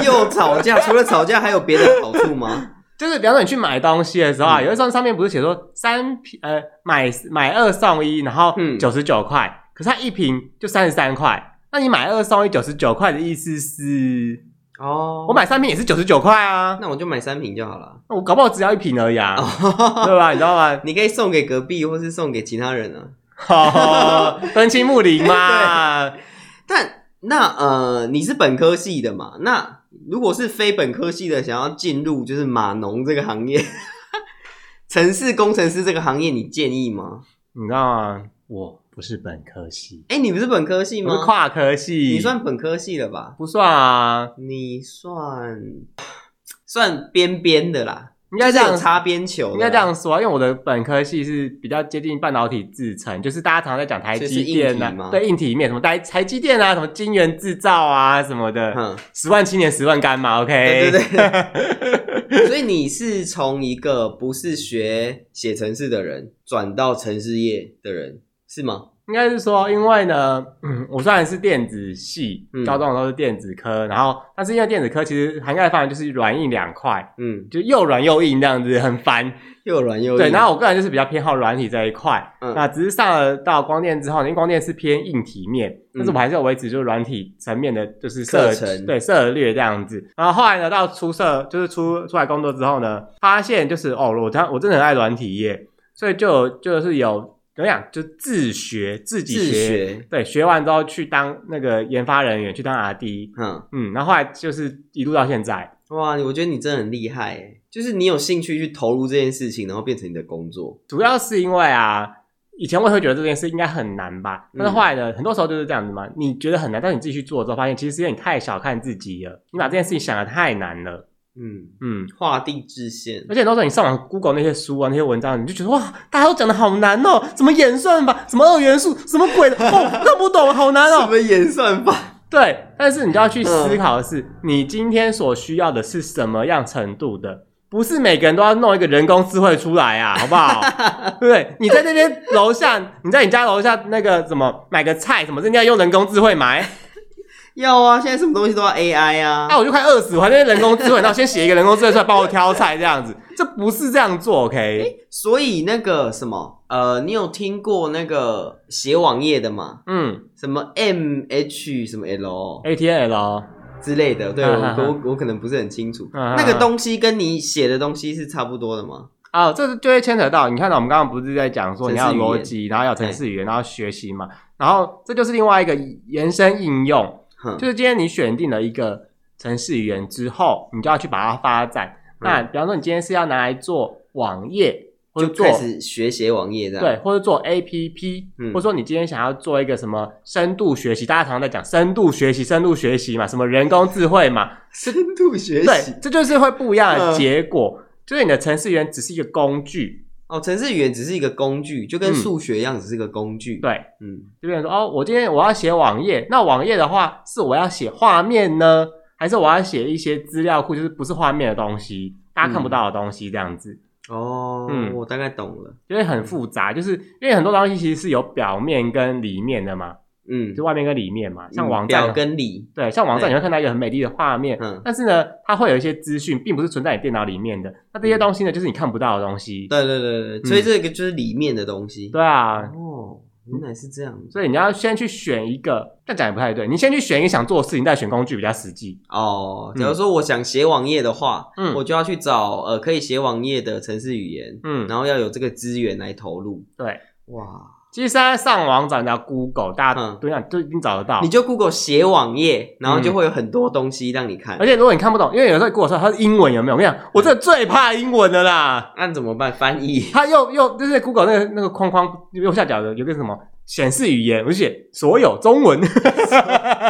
B: 又 吵架，除了吵架还有别的好处吗？
A: 就是比方说你去买东西的时候啊，
B: 嗯
A: 有的时候上面不是写说三瓶呃买买二送一，然后
B: 嗯
A: 九十九块，可是它一瓶就三十三块，那你买二送一九十九块的意思是，
B: 哦
A: 我，买三瓶也是九十九块啊，
B: 那我就买三瓶就好了。
A: 那我搞不好只要一瓶而已啊，
B: 哦
A: 对吧？你知道 吗？
B: 你可以送给隔壁，或是送给其他人啊。
A: 哦，登亲睦邻嘛，
B: 但那呃，你是本科系的嘛？那如果是非本科系的，想要进入就是码农这个行业， 城市工程师这个行业，你建议吗？
A: 你知道吗？我不是本科系，
B: 哎、你不是本科系
A: 我是
B: 吗？
A: 跨科系，
B: 你算本科系了吧？
A: 不算啊？
B: 你算算边边的啦，
A: 应该这样
B: 就是有擦边球的啦，
A: 应该这样说啊，因为我的本科系是比较接近半导体制成，就是大家常常在讲台积电
B: 就是硬体吗
A: 啊，对硬体面什么台台积电啊，什么晶圆制造啊什么的，
B: 嗯，
A: 十万青年十万干嘛，OK？
B: 对对
A: 对，
B: 所以你是从一个不是学写程式的人转到城市业的人，是吗？
A: 应该是说，因为呢，嗯，我虽然是电子系
B: 嗯，
A: 高中的时候是电子科，然后但是因为电子科其实涵盖的范围就是软硬两块，
B: 嗯，
A: 就又软又硬这样子，很烦。
B: 又软又硬啊
A: 对，然后我个人就是比较偏好软体这一块，
B: 嗯
A: 那只是上了到光电之后，因为光电是偏硬体面，但是我还是有维持就是软体层面的，就是
B: 嗯课
A: 涉
B: 程
A: 对涉略这样子。然后后来呢，到出社就是出出来工作之后呢，发现就是哦，我真我真的很爱软体业，所以就有就是有怎么讲，就自学自己
B: 自学，
A: 对，学完之后去当那个研发人员，去当 R D，
B: 嗯，
A: 嗯，然后后来就是一路到现在，
B: 哇，我觉得你真的很厉害耶，就是你有兴趣去投入这件事情，然后变成你的工作。
A: 主要是因为啊，以前我也会觉得这件事应该很难吧，但是
B: 嗯
A: 后来呢，很多时候就是这样子嘛。你觉得很难，但你自己去做之后，发现其实是有点太小看自己了，你把这件事情想的太难了。
B: 嗯，
A: 嗯，
B: 画地自限
A: 而，且很多时候你上网 Google 那些书啊、那些文章，你就觉得哇，大家都讲的好难哦，什么演算法、什么二元素、什么鬼的，哦，弄不懂，好难
B: 什
A: 哦。
B: 么演算法？
A: 对，但是你就要去思考的是，
B: 嗯
A: 你今天所需要的是什么样程度的。不是每个人都要弄一个人工智慧出来 啊，好不好？对不对？你在那边楼下，你在你家楼下那个什么买个菜什么，人家用人工智慧买，
B: 嗯要啊，现在什么东西都要 AI 啊。
A: 那我就快饿死，我还在那边人工智慧，然后先写一个人工智慧出来帮我挑菜这样子，这不是这样做，OK？
B: 所以那个什么，呃，你有听过那个写网页的吗？
A: 嗯
B: 什么 M H 什么 L
A: ，ATL 哦
B: 之类的，对
A: 嗯嗯
B: 我
A: 嗯
B: 我我可能不是很清楚。
A: 嗯嗯嗯
B: 那个东西跟你写的东西是差不多的吗？
A: 啊，这就会牵扯到，你看到我们刚刚不是在讲说你要有逻辑，然后要有
B: 对
A: 程式语言，然后学习嘛，然后这就是另外一个延伸应用。
B: 哼
A: 就是今天你选定了一个城市语言之后，你就要去把它发展。
B: 嗯
A: 那比方说，你今天是要拿来做网页，或者
B: 就
A: 做
B: 开始学写网页这样。
A: 对，，或者做 APP，、
B: 嗯
A: 或者说你今天想要做一个什么深度学习，大家常常在讲深度学习、深度学习嘛，什么人工智慧嘛，
B: 深度学
A: 对
B: 习，
A: 这就是会不一样的
B: 嗯
A: 结果。就是你的城市语言只是一个工具，
B: 哦，程式语言只是一个工具，就跟
A: 嗯
B: 数学一样，只是一个工具。，
A: 对，
B: 嗯，
A: 就变成说哦，我今天我要写网页，那网页的话是我要写画面呢，
B: 嗯
A: 还是我要写一些资料库，就是不是画面的东西，大家看不到的东西这样子？
B: 哦，
A: 嗯
B: 我大概懂了。
A: 因为很复杂，就是因为很多东西其实是有表面跟里面的嘛，
B: 嗯
A: 就，外面跟里面嘛，像
B: 嗯
A: 网站
B: 表跟里，
A: 对，像网站
B: 对
A: 你会看到一个很美丽的画面，
B: 嗯
A: 但是呢，它会有一些资讯，并不是存在你电脑里面的。那这些东西呢，就是你看不到的东西。
B: 嗯对对对对，所以这个就是里面的东西。
A: 嗯对啊，
B: 哦，原来是这样子。
A: 所以你要先去选一个，这样讲也不太对。你先去选一个想做的事情，再选工具比较实际。
B: 哦，假如说我想写网页的话，
A: 嗯
B: 我就要去找呃可以写网页的程式语言，
A: 嗯，
B: 然后要有这个资源来投入。
A: 对。
B: 哇，
A: 其实现在上网找，你要 Google，大家
B: 嗯
A: 都想都已经找得到
B: 你。就 Google 写网页，然
A: 嗯
B: 后
A: 哎
B: 就会有很多东西让你看
A: 而。且如果你看不懂，因为有时候你跟我说它是英文有没有？我跟你讲，我这最怕英文的啦。
B: 那怎么办？翻 译？
A: 它右右就是 Google 那个那个框框右下角的有个什么显示语言，我就写所有中文。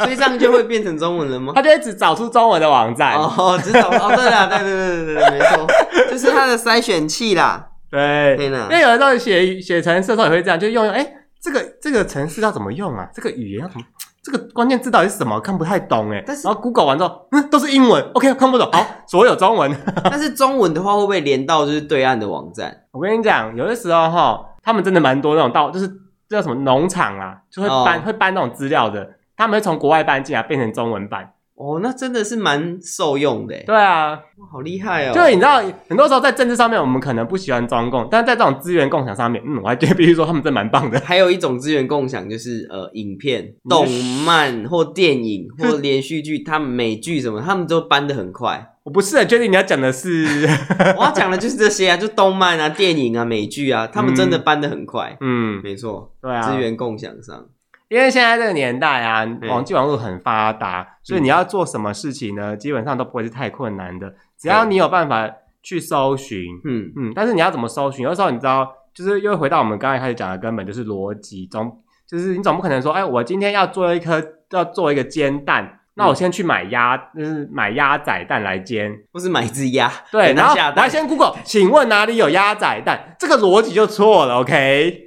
B: 所以这样就会变成中文了吗？
A: 他就会只找出中文的网站。
B: 哦，知道哦，对啦，对对对对对，没错，就是它的筛选器啦。
A: 对，
B: 天哪
A: 因为有的时候写写程式的时候也会这样，就用用，哎，这个这个程式要怎么用啊？这个语言要怎么？这个关键字到底是什么？看不太懂哎。
B: 但是
A: 然后 Google 完之后，嗯，都是英文，OK，看不懂。 好，所有中文。
B: 但是中文的话，会不会连到就是对岸的网站？
A: 我跟你讲，有的时候哈，他们真的蛮多那种到就是这叫什么农场啊，就会搬、
B: 哦
A: 会搬那种资料的，他们会从国外搬进来变成中文版。
B: 哦，那真的是蛮受用的耶，
A: 对啊，
B: 哇好厉害哦！
A: 就是你知道，很多时候在政治上面，我们可能不喜欢中共，但是在这种资源共享上面，嗯，我还觉得必须说他们真蛮棒的。
B: 还有一种资源共享，就是呃，影片、
A: 嗯
B: 动漫或 电影或连续剧，他们美剧什么，他们都搬得很快。
A: 我不是很确定你要讲的是，
B: 我要讲的就是这些啊，就动漫啊、电影啊、美剧啊，他们真的搬得很快。
A: 嗯，
B: 没错，
A: 对啊，
B: 资，源共享上，
A: 因为现在这个年代啊，网际网络很发达，
B: 嗯
A: 所以你要做什么事情呢，基本上都不会是太困难的，只要你有办法去搜寻，
B: 嗯，
A: 嗯，但是你要怎么搜寻？有时候你知道，就是又回到我们刚才开始讲的根本，就是逻辑总，就是你总不可能说，哎，我今天要做一颗，要做一个煎蛋，那我先去买鸭，就是买鸭仔蛋来煎，
B: 或是买一只鸭，
A: 对，
B: 给它
A: 然后
B: 下
A: 我还
B: 蛋。
A: 先 Google，请问哪里有鸭仔蛋？这个逻辑就错了，OK？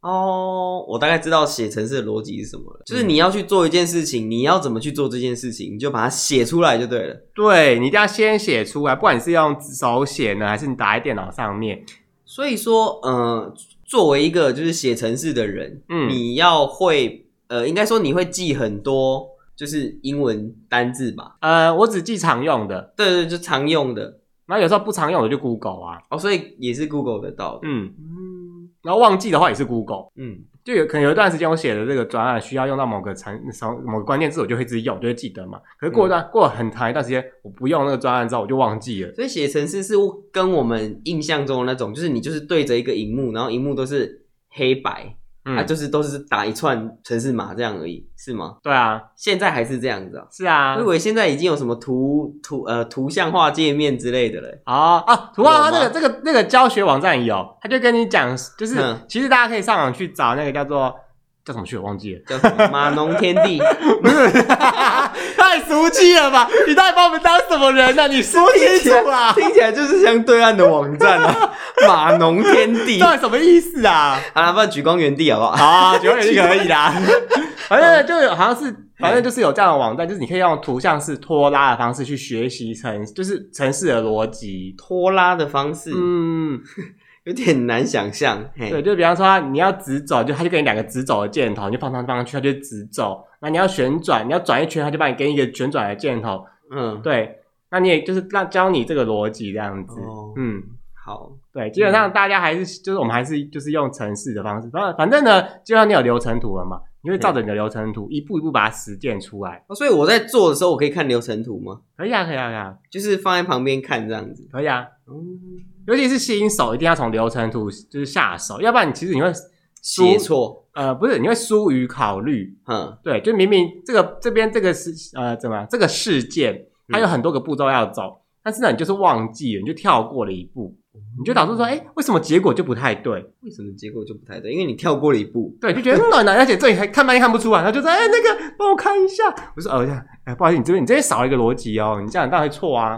B: 哦，我大概知道写程式的逻辑是什么了，就是你要去做一件事情，你要怎么去做这件事情，你就把它写出来就对了。
A: 对你一定要先写出来，不管你是用手写呢，还是你打在电脑上面，
B: 所以说，呃，作为一个就是写程式的人，
A: 嗯
B: 你要会，呃，应该说你会记很多就是英文单字吧？
A: 呃，我只记常用的，
B: 对对，就常用的
A: 然后有时候不常用我就 Google 啊，
B: 哦，所以也是 Google 得到的。
A: 嗯，
B: 嗯
A: 然后忘记的话也是 Google。
B: 嗯，
A: 就有可能有一段时间我写的这个专案需要用到某个产什么某个关键字，我就会自己用，就会记得嘛。可是过一段、
B: 嗯
A: 过了很长一段时间，我不用那个专案之后，我就忘记了。
B: 所以写程式是跟我们印象中的那种，就是你就是对着一个荧幕，然后荧幕都是黑白，
A: 嗯，
B: 啊，就是都是打一串城市码这样而已，是吗？
A: 对啊，
B: 现在还是这样子啊？
A: 是啊
B: 我以，为现在已经有什么图图呃图像化界面之类的嘞。
A: 啊啊，图画它这
B: 有吗
A: 个这个那个教学网站有，他就跟你讲，就是、
B: 嗯
A: 其实大家可以上网去找那个叫做叫什么去，我忘记
B: 。
A: 了
B: 叫什么马农天地，
A: 太俗气了吧！你到底把我们当什么人呢、你说清楚 啊！
B: 听起来就是像对岸的网站 啊，马农天地。
A: 到
B: 好
A: 底什么意思啊？
B: 了，不然举光原地好不好？
A: 好啊，九点一可以啦。 反正就有好像是，反正就是有这样的网站，就是你可以用图像式拖拉的方式去学习城，就是城市的逻辑。
B: 拖拉的方式
A: 嗯，
B: 有点难想象。嘿
A: 对，就比方说它你要直走，就它就给你两个直走的箭头，你就放上放上去，它就直走。那你要旋转，你要转一圈，它就帮你给你一个旋转的箭头。
B: 嗯，
A: 对，那你也就是让教你这个逻辑这样子。
B: 哦
A: 嗯，
B: 好，
A: 对，基本上大家还是、就是我们还是就是用程式的方式，反反正呢，就像你有流程图了嘛，你会照着你的流程图一步一步把它实践出来。
B: 哦所以我在做的时候，我可以看流程图吗？
A: 可以啊，可以啊，可以啊，
B: 就是放在旁边看这样子。
A: 可以啊。
B: 嗯，
A: 尤其是新手，一定要从流程图就是下手，要不然你其实你会疏
B: 写错，
A: 呃不是你会疏于考虑。
B: 嗯，
A: 对，就明明这个这边这个事呃怎么样这个事件它有很多个步骤要走，但是呢你就是忘记了，你就跳过了一步，你就导致说哎为什么结果就不太对？
B: 为什么结果就不太对？因为你跳过了一步。
A: 对，就觉得嗯暖男，而且这里还看半天看不出来，他就说：“哎、那个帮我看一下。”我说：“哦，这样，哎，不好意思，你这边你这边少一个逻辑哦，你这样当然会错啊。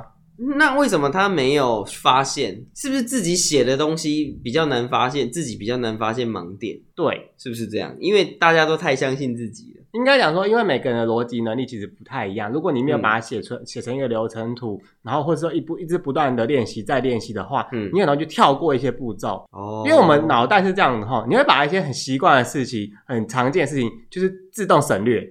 B: 那为什么他没有发现？是不是自己写的东西比较难发现，自己比较难发现盲点？”
A: 对，
B: 是不是这样？因为大家都太相信自己了。
A: 应该讲说，因为每个人的逻辑能力其实不太一样。如果你没有把它写成写成一个流程图，然后或者说一步一直不断的练习再练习的话，
B: 嗯
A: 你很容易就跳过一些步骤。
B: 哦，
A: 因为我们脑袋是这样的哈，你会把一些很习惯的事情、很常见的事情，就是自动省略，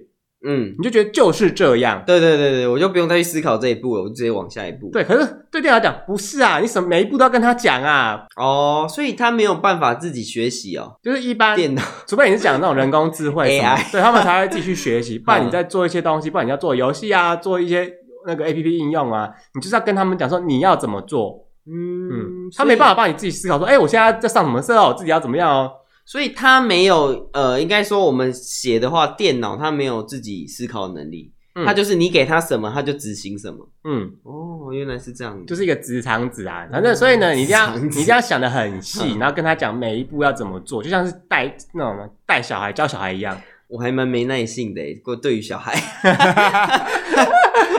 B: 嗯，
A: 你就觉得就是这样。
B: 对对对对，我就不用再去思考这一步了，我就直接往下一步。，
A: 对，可是对电脑来讲不是啊，你什么每一步都要跟他讲啊，
B: 哦，所以他没有办法自己学习哦，
A: 就是一般
B: 电脑
A: 除非你是讲那种人工智慧什么
B: AI
A: 对他们才会继续学习。不然你在做一些东西，不然你要做游戏啊，做一些那个 A P P 应用啊，你就是要跟他们讲说你要怎么做。嗯
B: 嗯，
A: 他没
B: 法。
A: 办法帮你自己思考说，哎、我现在在上什么色哦，我自己要怎么样哦。
B: 所以他没有，呃，应该说我们写的话，电脑它没有自己思考能力，
A: 嗯
B: 它就是你给它什么，它就执行什么。
A: 嗯，
B: 哦，原来是这样子，
A: 就是一个直肠子啊，反正所以呢，你一定要
B: 直
A: 你
B: 肠子
A: 一定要想的很细，
B: 嗯
A: 然后跟他讲每一步要怎么做，就像是带那种带小孩教小孩一样。
B: 我还蛮没耐性的耶，过对于 小孩，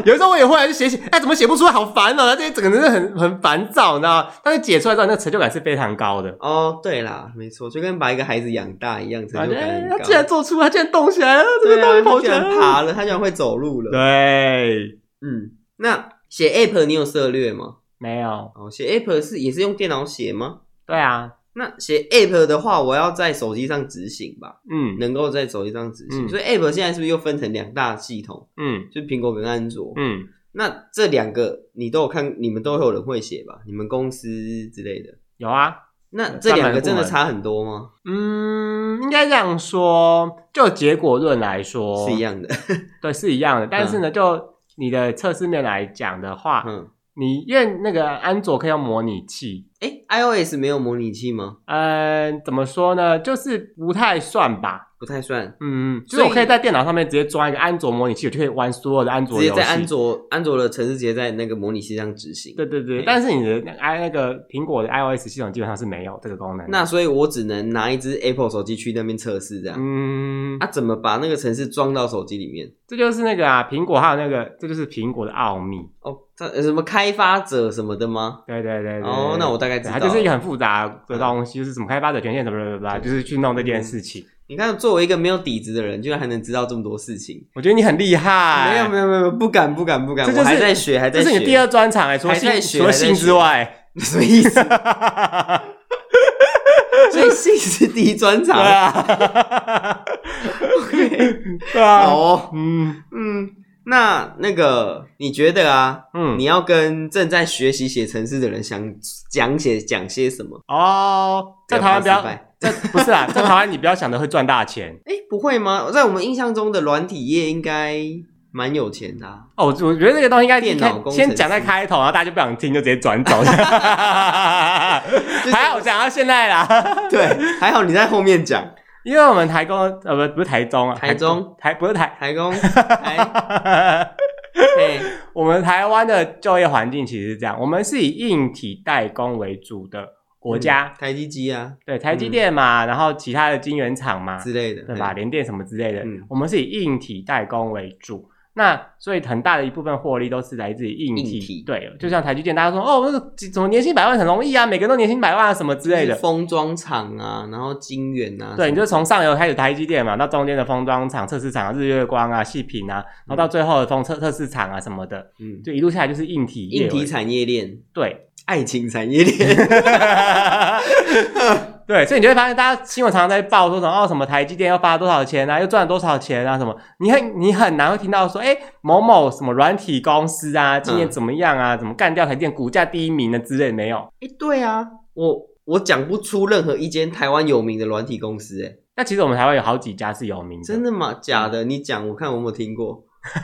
A: 有时候我也会啊就写写，哎，怎么写不出来，好烦哦，这些整个人是很很烦躁，你知道吗？但是解出来之后，那个成就感是非常高的。
B: 哦，对啦，没错，就跟把一个孩子养大一样，成
A: 反
B: 就
A: 正
B: 感很
A: 啊哎他
B: 高。
A: 竟然做出，他竟然动起来了，这
B: 对
A: 个东西跑
B: 啊，他
A: 起
B: 居
A: 来
B: 然
A: 了。啊
B: 爬了，他居然会走路了。
A: 对，
B: 嗯，那写 app 你有涉略吗？
A: 没有，
B: 哦，写 app 是也是用电脑写吗？
A: 对啊，
B: 那写 app 的话，我要在手机上执行吧，
A: 嗯
B: 能够在手机上执行。
A: 嗯
B: 所以 app 现在是不是又分成两大系统？
A: 嗯
B: 就是苹果跟安卓。
A: 嗯，
B: 那这两个你都有看，你们都有人会写吧？你们公司之类的。
A: 有啊，
B: 那这两个真
A: 专
B: 的
A: 门部门
B: 差很多吗？
A: 嗯，应该这样说，就结果论来说
B: 是一，样嗯的。
A: 对，是一样的。但是呢，就你的测试面来讲的话，
B: 嗯，
A: 你因为那个安卓可以用模拟器，
B: 哎，iOS 没有模拟器吗？
A: 嗯，怎么说呢，就是不太算吧。
B: 不太算，
A: 嗯，嗯，就
B: 所以
A: 是我可以在电脑上面直接装一个安卓模拟器，我就可以玩所有的安
B: 直
A: 卓游
B: 接
A: 戏。
B: 在安卓安卓的城市直接在那个模拟器上执行。
A: 对对对，
B: 对
A: 但是你的 i 那个苹果的 iOS 系统基本上是没有这个功能的。
B: 那所以我只能拿一只 Apple 手机去那边测试，这样。
A: 嗯，
B: 啊，怎么把那个城市装到手机里面？
A: 这就是那个啊，苹果还有那个，这就是苹果的奥秘。
B: 哦，它呃什么开发者什么的吗？
A: 对对对对
B: 哦，那我大概
A: 对
B: 知道
A: 它
B: 了。
A: 就是一个很复杂的东西，就是什么开发者权限什么什么，就是去弄这件事情。
B: 你看，作为一个没有底子的人，居然还能知道这么多事情。
A: 我觉得你很厉害，
B: 没有没有没有，不敢不敢不敢，
A: 哎这就是
B: 我还在学，还在
A: 这
B: 学。
A: 是你第二专场哎，除了
B: 还
A: 性
B: 在学
A: 除了性之 外，
B: 什么意 思？所以性是第一专
A: 对
B: 场。
A: 啊，
B: OK，
A: 对啊
B: 好，哦，
A: 嗯
B: 嗯，那那个你觉得啊，
A: 嗯
B: 你，要跟正在学习写程式的人想讲些讲些什么？
A: 哦，在台湾不
B: 不要
A: 要
B: 怕失败，
A: 在不是啊，在台湾你不要想着会赚大钱。
B: 哎，不会吗？在我们印象中的软体业应该蛮有钱的、啊。
A: 哦，我我觉得这个东西应该
B: 电脑工程师
A: 先讲在开头，然后大家就不想听，就直接转走。 还好讲到现在啦，
B: 对，还好你在后面讲。
A: 因为我们台工呃不不是台中啊，
B: 台中
A: 台不是台，
B: 台工， 台，嘿，
A: 我们台湾的就业环境其实是这样，我们是以硬体代工为主的国家
B: 嗯，台积机啊
A: 对台积电嘛，然后其他的晶圆厂嘛，
B: 之类的，
A: 对吧？
B: 嘿？
A: 联电什么之类的，
B: 嗯
A: 我们是以硬体代工为主。那所以很大的一部分获利都是来自于硬体，
B: 硬体嗯
A: 对，就像台积电，大家说哦，那个怎么年薪百万很容易啊，每个人都年薪百万啊，什么之类
B: 就
A: 的
B: 是。封装厂啊，然后晶圆啊，
A: 对，你就从上游开始台积电嘛，到中间的封装厂、测试厂、日月光啊、细品啊，然后到最后的封测测试厂啊什么的，
B: 嗯，
A: 就一路下来就是硬体业
B: 硬
A: 为
B: 体产业链、
A: 对。
B: 爱情产 业链，
A: 对，所以你就会发现，大家新闻常常在报说什么哦，什么台积电又发了多少钱啊，又赚了多少钱啊，什么，你很你很难会听到说，哎，某某什么软体公司啊，今年
B: 嗯
A: 怎么样啊，怎么干掉台积电，股价第一名的之类，没有。
B: 哎、对啊，我我讲不出任何一间台湾有名的软体公司、哎，
A: 那其实我们台湾有好几家是有名的，
B: 真的吗？假的？你讲，我看我有没有听过。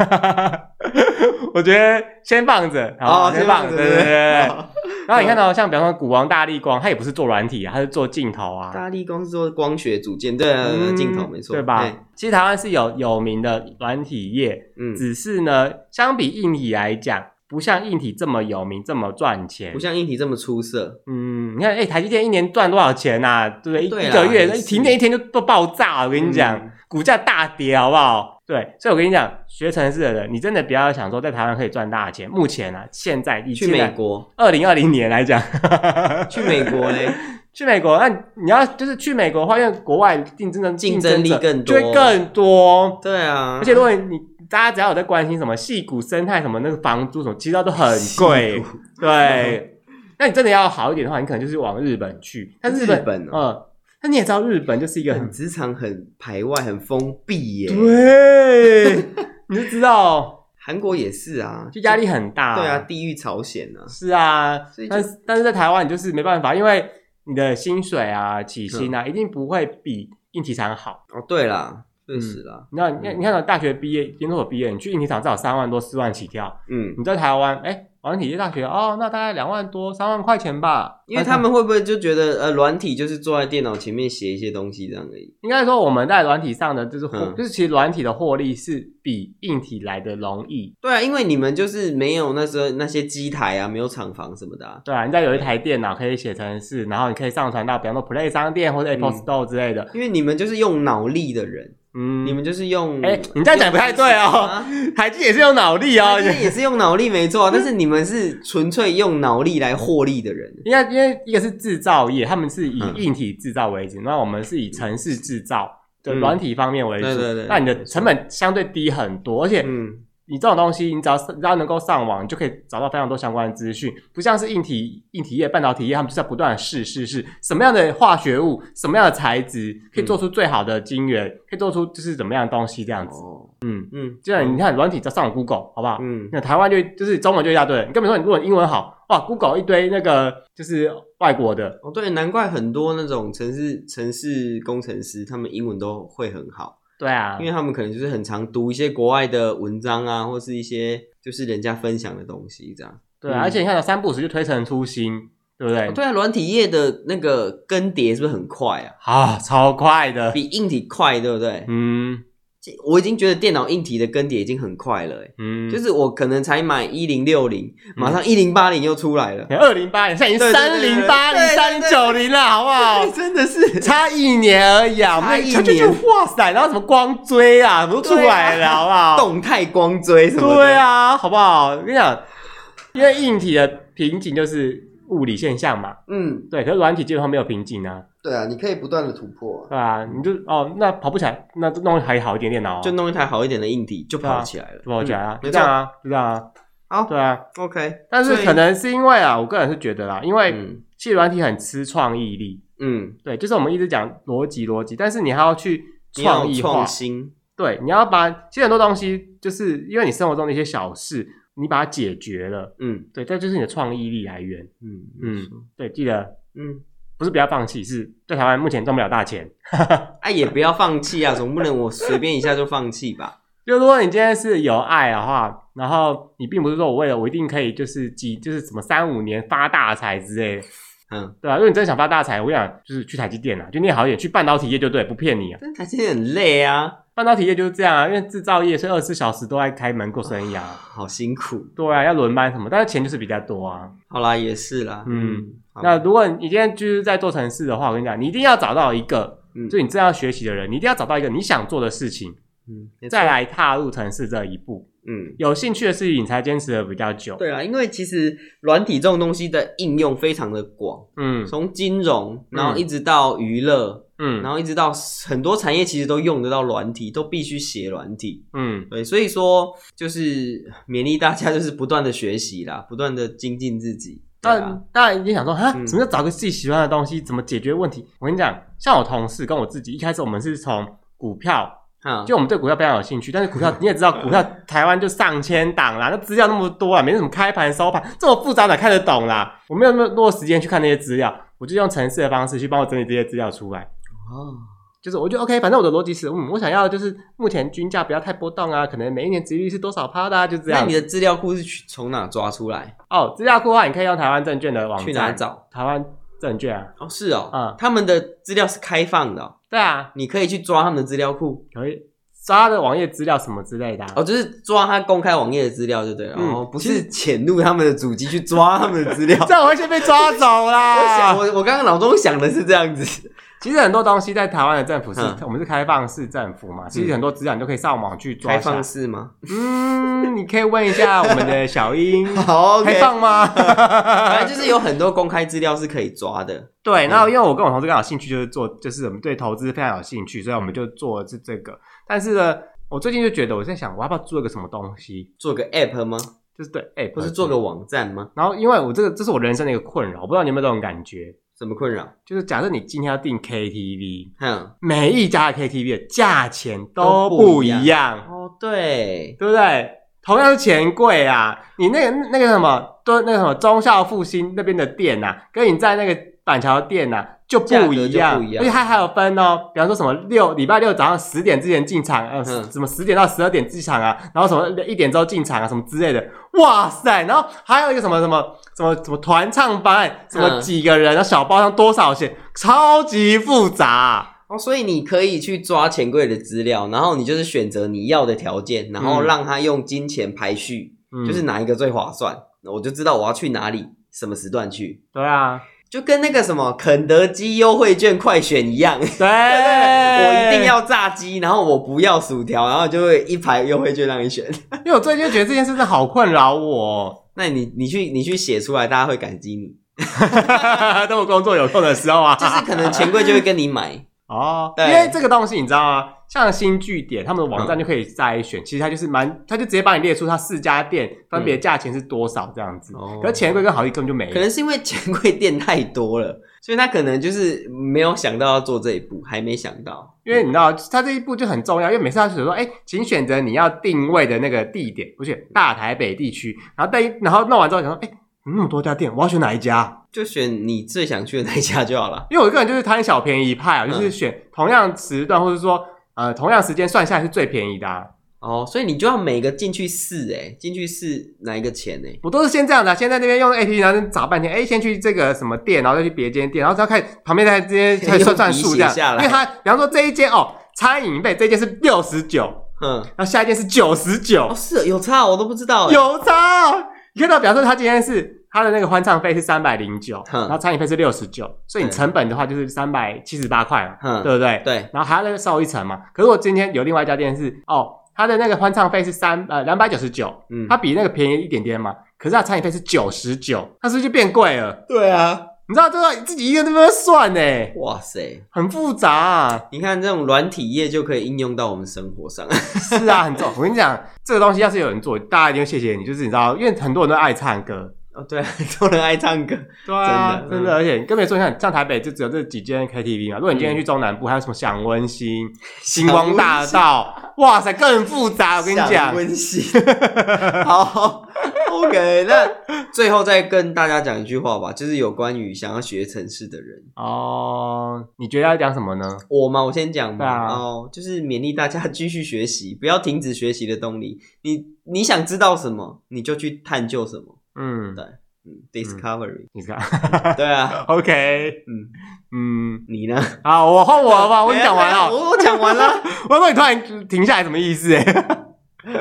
A: 我觉得先放着，好，先放着，对对对。对
B: 哦好
A: 然后你看
B: 嗯
A: 到像比方说股王大力光，他也不是做软体啊，他是做镜头啊，
B: 大力公司做光学组件，对啊，对啊对啊
A: 嗯
B: 镜头没错，
A: 对吧？
B: 哎
A: 其实台湾是有有名的软体业，
B: 嗯，
A: 只是呢，相比硬体来讲，不像硬体这么有名，这么赚钱。
B: 不像硬体这么出色。
A: 嗯，你看，哎、台积电一年赚多少钱呐、对不对？一
B: 对
A: 一
B: 啦
A: 个月哎
B: 也是
A: 停电一天就都爆炸了，我跟你讲，
B: 嗯
A: 股价大跌，好不好？对，所以我跟你讲，学城市的人，你真的不要想说在台湾可以赚大钱。目前啊，现在以
B: 去美国，
A: 二零二零年来讲，
B: 去美国嘞，
A: 去美国，那你你要就是去美国的话，因为国外竞争
B: 竞争力
A: 者
B: 更
A: 就会
B: 多
A: 更多。
B: 对啊，
A: 而且如果你大家只要有在关心什么戏骨生态什么那个房租什么，其实都很贵
B: 屁。股
A: 对，那你真的要好一点的话，你可能就是往日本去。但日本，
B: 日本嗯哦
A: 嗯，那你也知道日本就是一个很
B: 很职场很排外，很封闭耶。
A: 对，你就知道，
B: 韩国也是啊，
A: 就压力很大。
B: 对啊，，地狱朝鲜啊，
A: 是啊
B: 所以，就
A: 但是但是在台湾你就是没办法，因为你的薪水啊、起薪
B: 嗯
A: 啊，一定不会比硬体厂好。
B: 哦对啦，
A: 嗯
B: 确实啦，
A: 你知道，你看你看到大学毕业、研究所毕业，你去硬体厂至少三万多、四万起跳。
B: 嗯，
A: 你在台湾，哎，玩体业大学哦，那大概两万多、三万块钱吧。哎
B: 因为他们会不会就觉得呃，软体就是坐在电脑前面写一些东西这样而已？
A: 应该说我们在软体上的就是获，
B: 嗯
A: 就是其实软体的获利是比硬体来的容易。
B: 对啊，因为你们就是没有那时候那些机台啊，没有厂房什么的、啊，
A: 对啊，你在有一台电脑可以写程式，然后你可以上传到比方说 Play 商店或者 Apple
B: 嗯
A: Store 之类的。
B: 因为你们就是用脑力的人，
A: 嗯，
B: 你们就是用
A: 哎你这样讲不太对哦
B: 啊
A: 海基也是用脑力哦，
B: 那些也是用脑力没 错啊，但是你们是纯粹用脑力来获利的人。
A: 因为因为一个是制造业，他们是以
B: 嗯
A: 硬体制造为主，那、我们是以城市制造的
B: 嗯
A: 软体方面为主。
B: 对对对
A: 那你的成本相对低很多，而且
B: 嗯，
A: 你这种东西，你只要只要能够上网，你就可以找到非常多相关的资讯。不像是硬体硬体业、半导体业，他们就是要不断的试试试，什么样的化学物、什么样的材质可以做出最好的晶圆，可以做出就是怎么样的东西这样子。
B: 哦，
A: 嗯，
B: 嗯，
A: 就像你看软体，只要上网 Google 好不好？
B: 嗯，
A: 那台湾就就是中文就一大堆，你根本说你如果你英文好，哇，Google 一堆那个就是外国的，
B: 哦，对，难怪很多那种城市城市工程师，他们英文都会很好，
A: 对啊
B: 因，为他们可能就是很常读一些国外的文章啊，或是一些就是人家分享的东西这样。
A: 对啊，
B: 嗯
A: 而且你看到三不五时就推陈出新，对不对？
B: 哦对啊，软体业的那个更迭是不是很快啊？
A: 啊，超快的，
B: 比硬体快，对不对？
A: 嗯
B: 我已经觉得电脑硬体的更迭已经很快了、欸，
A: 嗯，
B: 就是我可能才买一零六零，马上一零八零又出来 了，
A: 二零八零，现在已经
B: 对
A: 三
B: 对对
A: 零
B: 对
A: 八零、三
B: 对对对
A: 九零了，好不 好？
B: 哎真的是
A: 差一年而已啊，我们
B: 差一
A: 就就
B: 年
A: 就哇塞，然后什么光追啊，什么都出来了， 好不好？
B: 动态光追什么的。
A: 对，啊，好不好？我跟你讲，因为硬体的瓶颈就是物理现象嘛，
B: 嗯，
A: 对，可是软体基本上没有瓶颈啊。
B: 对啊，你可以不断的突破、
A: 对啊，你就哦，那跑不起来，那就弄还好一点点哦，
B: 就弄一台好一点的硬体就
A: 对啊
B: 跑起来了，
A: 就跑起来啊，
B: 嗯没
A: 就这
B: 错
A: 样啊，就这样啊，
B: 好
A: 对啊。
B: ，OK，
A: 但是
B: 所以
A: 可能是因为啊，我个人是觉得啦，因为
B: 嗯
A: 其实软体很吃创意力，
B: 嗯，
A: 对，就是我们一直讲逻辑逻辑，但是你还要去
B: 你要
A: 创
B: 有
A: 意化
B: 创，新，
A: 对，你要把其实很多东西，就是因为你生活中的一些小事，你把它解决了，
B: 嗯
A: 对，这就是你的创意力来源，
B: 嗯
A: 嗯
B: 嗯，
A: 对，记得
B: 嗯，
A: 不是不要放弃，是在台湾目前赚不了大钱，
B: 哎、也不要放弃啊，总不能我随便一下就放弃吧？
A: 就如果你今天是有爱的话，然后你并不是说我为了我一定可以就是几就是什么三五年发大财之类的，
B: 嗯，
A: 对吧、如果你真的想发大财，我想就是去台积电啊，就念好一点，去半导体业就对，不骗你啊。
B: 但台积电很累啊，
A: 半导体业就是这样啊，因为制造业所以二十四小时都在开门做生意啊。
B: 好辛苦。
A: 对啊，要轮班什么，但是钱就是比较多啊。
B: 好啦，也是啦，
A: 嗯
B: 嗯，好
A: 那如果你今天就是在做城市的话，我跟你讲，你一定要找到一个，
B: 嗯
A: 就你正要学习的人，你一定要找到一个你想做的事情，
B: 嗯，没错
A: 再，来踏入城市这一步。
B: 嗯。
A: 有兴趣的事情，你才坚持的比较久。
B: 对啦，因为其实软体这种东西的应用非常的广，
A: 嗯
B: 从金融，然后一直到娱乐，
A: 嗯
B: 然后一直到很多产业其实都用得到软体，都必须写软体。
A: 嗯，
B: 对，所以说就是勉励大家就是不断的学习啦，不断的精进自己。对啊，
A: 但当然，你想说哈，
B: 嗯
A: 什么叫找个自己喜欢的东西？怎么解决问题？我跟你讲，像我同事跟我自己，一开始我们是从股票，
B: 啊，
A: 就我们对股票非常有兴趣，但是股票你也知道，股票台湾就上千档啦，那资料那么多啊，没什么开盘收盘这么复杂，哪看得懂啦？我没有那么多时间去看那些资料，我就用程式的方式去帮我整理这些资料出来。
B: 哦，
A: 就是我就 OK，反正我的逻辑是，嗯，我想要就是目前均价不要太波动啊，可能每一年殖利率是多少趴的、啊，就这
B: 那
A: 样
B: 你。的资料库是去从哪抓出来？
A: 哦，资料库的话，你可以用台湾证券的网站
B: 去哪？找？
A: 台湾证券啊，
B: 哦，是哦，
A: 嗯
B: 他们的资料是开放的哦、
A: 对啊，
B: 你可以去抓他们的资料库。
A: 可以抓他的网页资料什么之类的、啊。
B: 哦，就是抓他公开网页的资料就对了，
A: 嗯
B: 哦，不是潜入他们的主机 去抓他们的资料。
A: 这样我会先被抓走
B: 哦我想，
A: 啦！
B: 我我刚刚脑中想的是这样子，
A: 其实很多东西在台湾的政府是
B: 嗯，
A: 我们是开放式政府嘛，其实很多资料你都可以上网去抓
B: 开
A: 一下
B: 放。式吗？
A: 嗯，你可以问一下我们的小 英，
B: 好
A: 开放吗？
B: 反正就是有很多公开资料是可以抓的。
A: 对，那因为我跟我同事刚好兴趣就是做，就是我们对投资非常有兴趣，所以我们就做的是这个。但是呢，我最近就觉得我在想，我要不要做一个什么东西？
B: 做个 app 吗？
A: 就是对，哎，
B: 或是哦做个。网站吗？
A: 然后，因为我这个这是我人生的一个困扰，我不知道你有没有这种感觉，
B: 什么困扰？
A: 就是假设你今天要订 KTV，
B: 哼，
A: 每一家的 KTV 的价钱都
B: 都不
A: 不
B: 一
A: 一样，
B: 哦，对，
A: 对不对？同样是钱柜啊，你那个那个什么，对，那个什么中校复兴那边的店呐、啊，跟你在那个板桥的店呐、啊、就不一
B: 价
A: 样，
B: 格就不一样
A: 而且它还有分哦，比方说什么六礼拜六早上十点之前进场，呃，
B: 嗯
A: 什么十点到十二点进场啊，然后什么一点之后进场啊，什么之类的，哇塞！然后还有一个什么什么什么什么团唱班，什么
B: 嗯
A: 几个人，然后小包厢多少钱，超级复杂、
B: 哦，所以你可以去抓钱柜的资料，然后你就是选择你要的条件，然后
A: 嗯
B: 让它用金钱排序，
A: 嗯
B: 就是哪一个最划算，那我就知道我要去哪里，什么时段去，
A: 对啊，
B: 就跟那个什么肯德基优惠券快选一样。
A: 对，
B: 我一定，要炸鸡，然后我不要薯条，然后就会一排优惠券让你选。
A: 因为我最近就觉得这件事真的好困扰 我。
B: 那你你去你去写出来，大家会感激你。
A: 等我工作有空的时候啊，
B: 就是可能钱柜就会跟你 买，
A: 哦，因
B: 对
A: 为这个东西你知道吗？像新据点，他们的网站就可以筛选，其实它就是蛮，它就直接帮你列出它四家店分别价钱是多少这样子。
B: 哦
A: 可是钱柜跟好意根本就没
B: 可
A: 有。
B: 能是因为钱柜店太多了，所以他可能就是没有想到要做这一步，还没想到。
A: 因为你知道，它这一步就很重要，因为每次他就说，哎、请选择你要定位的那个地点，我选大台北地区，然后对，然后弄完之后想说，哎、怎么那么多家店，我要选哪一家？
B: 就选你最想去的那一家就好了。
A: 因为我个人就是贪小便宜派啊，
B: 嗯
A: 就是选同样时段，或者说呃同样时间算下来是最便宜的、啊。
B: 哦，所以你就要每个进去试，哎，进去试哪一个钱欸呢？
A: 我都是先这样的啊、先在那边用 A P P，然后找半天，哎，先去这个什么店，然后再去别间店，然后再看旁边再这些再算算数这
B: 用笔写下
A: 样。因
B: 来
A: 为它，比方说这一间哦，餐饮费这一间是六十九，
B: 嗯，
A: 然后下一间是九十九
B: 哦，，是有差哦，我都不知道。哎，
A: 有差、哦。你看到，比方说他今天是他的那个欢唱费是三百零九，
B: 嗯
A: 然后餐饮费是六十九，所以你
B: 对
A: 成本的话就是三百七十八块嘛，
B: 嗯
A: 对不对？
B: 对，
A: 然后还要再收一层嘛。可是我今天有另外一家店是哦，它的那个欢唱费是三呃两百九十九，
B: 嗯
A: 它，比那个便宜一点点嘛。可是它餐饮费是九十九，它是不是就变贵了？
B: 对啊，
A: 你知道这个自己一个人在那边算呢，
B: 哇塞，。
A: 很复杂、啊
B: 你看这种软体业就可以应用到我们生活上。
A: 是啊，很重。我跟你讲，这个东西要是有人做，大家一定会谢谢你。就是你知道，因为很多人都爱唱歌，
B: 哦，对啊， 很多人爱唱歌，
A: 对啊，
B: 真的
A: 真的，而且你更别说像像台北就只有这几间 KTV 嘛。如果你今天去中南部，还有什么享温 馨、星光大道，哇塞，更复杂。我跟你
B: 想
A: 讲，
B: 温馨。 好，OK，那最后再跟大家讲一句话吧，就是有关于想要学城市的人，
A: 哦，你觉得要讲什么呢？
B: 我嘛，我先讲
A: 对啊
B: 嘛，哦，就是勉励大家继续学习，不要停止学习的动力。你你想知道什么，你就去探究什么，
A: 嗯，
B: 嗯，discovery，
A: 你看
B: 对 啊，
A: ，OK，
B: 嗯，
A: 嗯，
B: 你呢？
A: 好，我换我了吧，我已经讲完了。
B: 我我讲 完了，
A: 我说你突然停下来什么意思？哎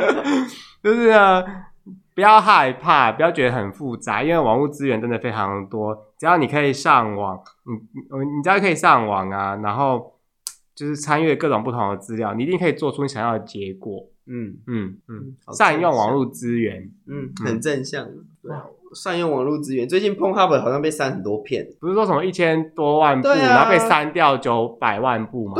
A: 就是呢，不要害怕，不要觉得很复杂，因为网络资源真的非常多，只要你可以上网，你你你只要可以上网啊，然后就是参阅各种不同的资料，你一定可以做出你想要的结果。
B: 嗯
A: 嗯嗯，
B: 好
A: 善用
B: 正
A: 网
B: 向
A: 络资源，
B: 嗯，很正向，对啊，善用网络资源，最近 p o n h u b 好像被删很多片。
A: 不是说什么一千多万部，
B: 对啊
A: 然后被删掉九百万部吗？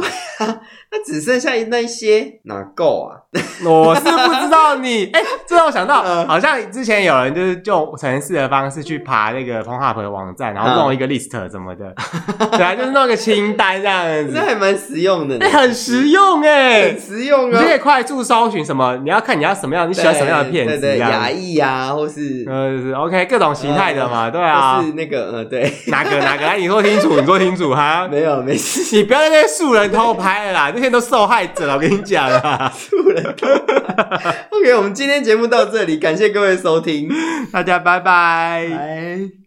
B: 那只剩下那一些哪够啊？
A: 我是不知道你， 哎、这让我想到，
B: 嗯
A: 好像之前有人就是用城市的方式去爬那个 p o n h u b 的网站，
B: 嗯
A: 然后弄一个 list 什么的，对啊，就是弄个清单这样
B: 这
A: 子，
B: 还蛮实用的呢
A: 哎、，嗯 很实用哎、
B: 很实用
A: 你就可以
B: 啊。
A: 快速搜寻什么，你要看你要什么样，你喜欢什么样的片
B: 对
A: 子，
B: 对，
A: 这
B: 牙
A: 样，
B: 医啊，或是
A: 呃，就是 OK 各种形态的嘛，对啊
B: 或，是那个呃，对，
A: 哪个哪个，哎来你说清楚，你说清楚哈。
B: 没有没 事，
A: 你不要在那些素人偷拍了啦，那些都受害者了，我跟你讲 啊，
B: 不能偷拍 OK，我们今天节目到这里，感谢各位收听，
A: 大家拜拜。
B: 拜。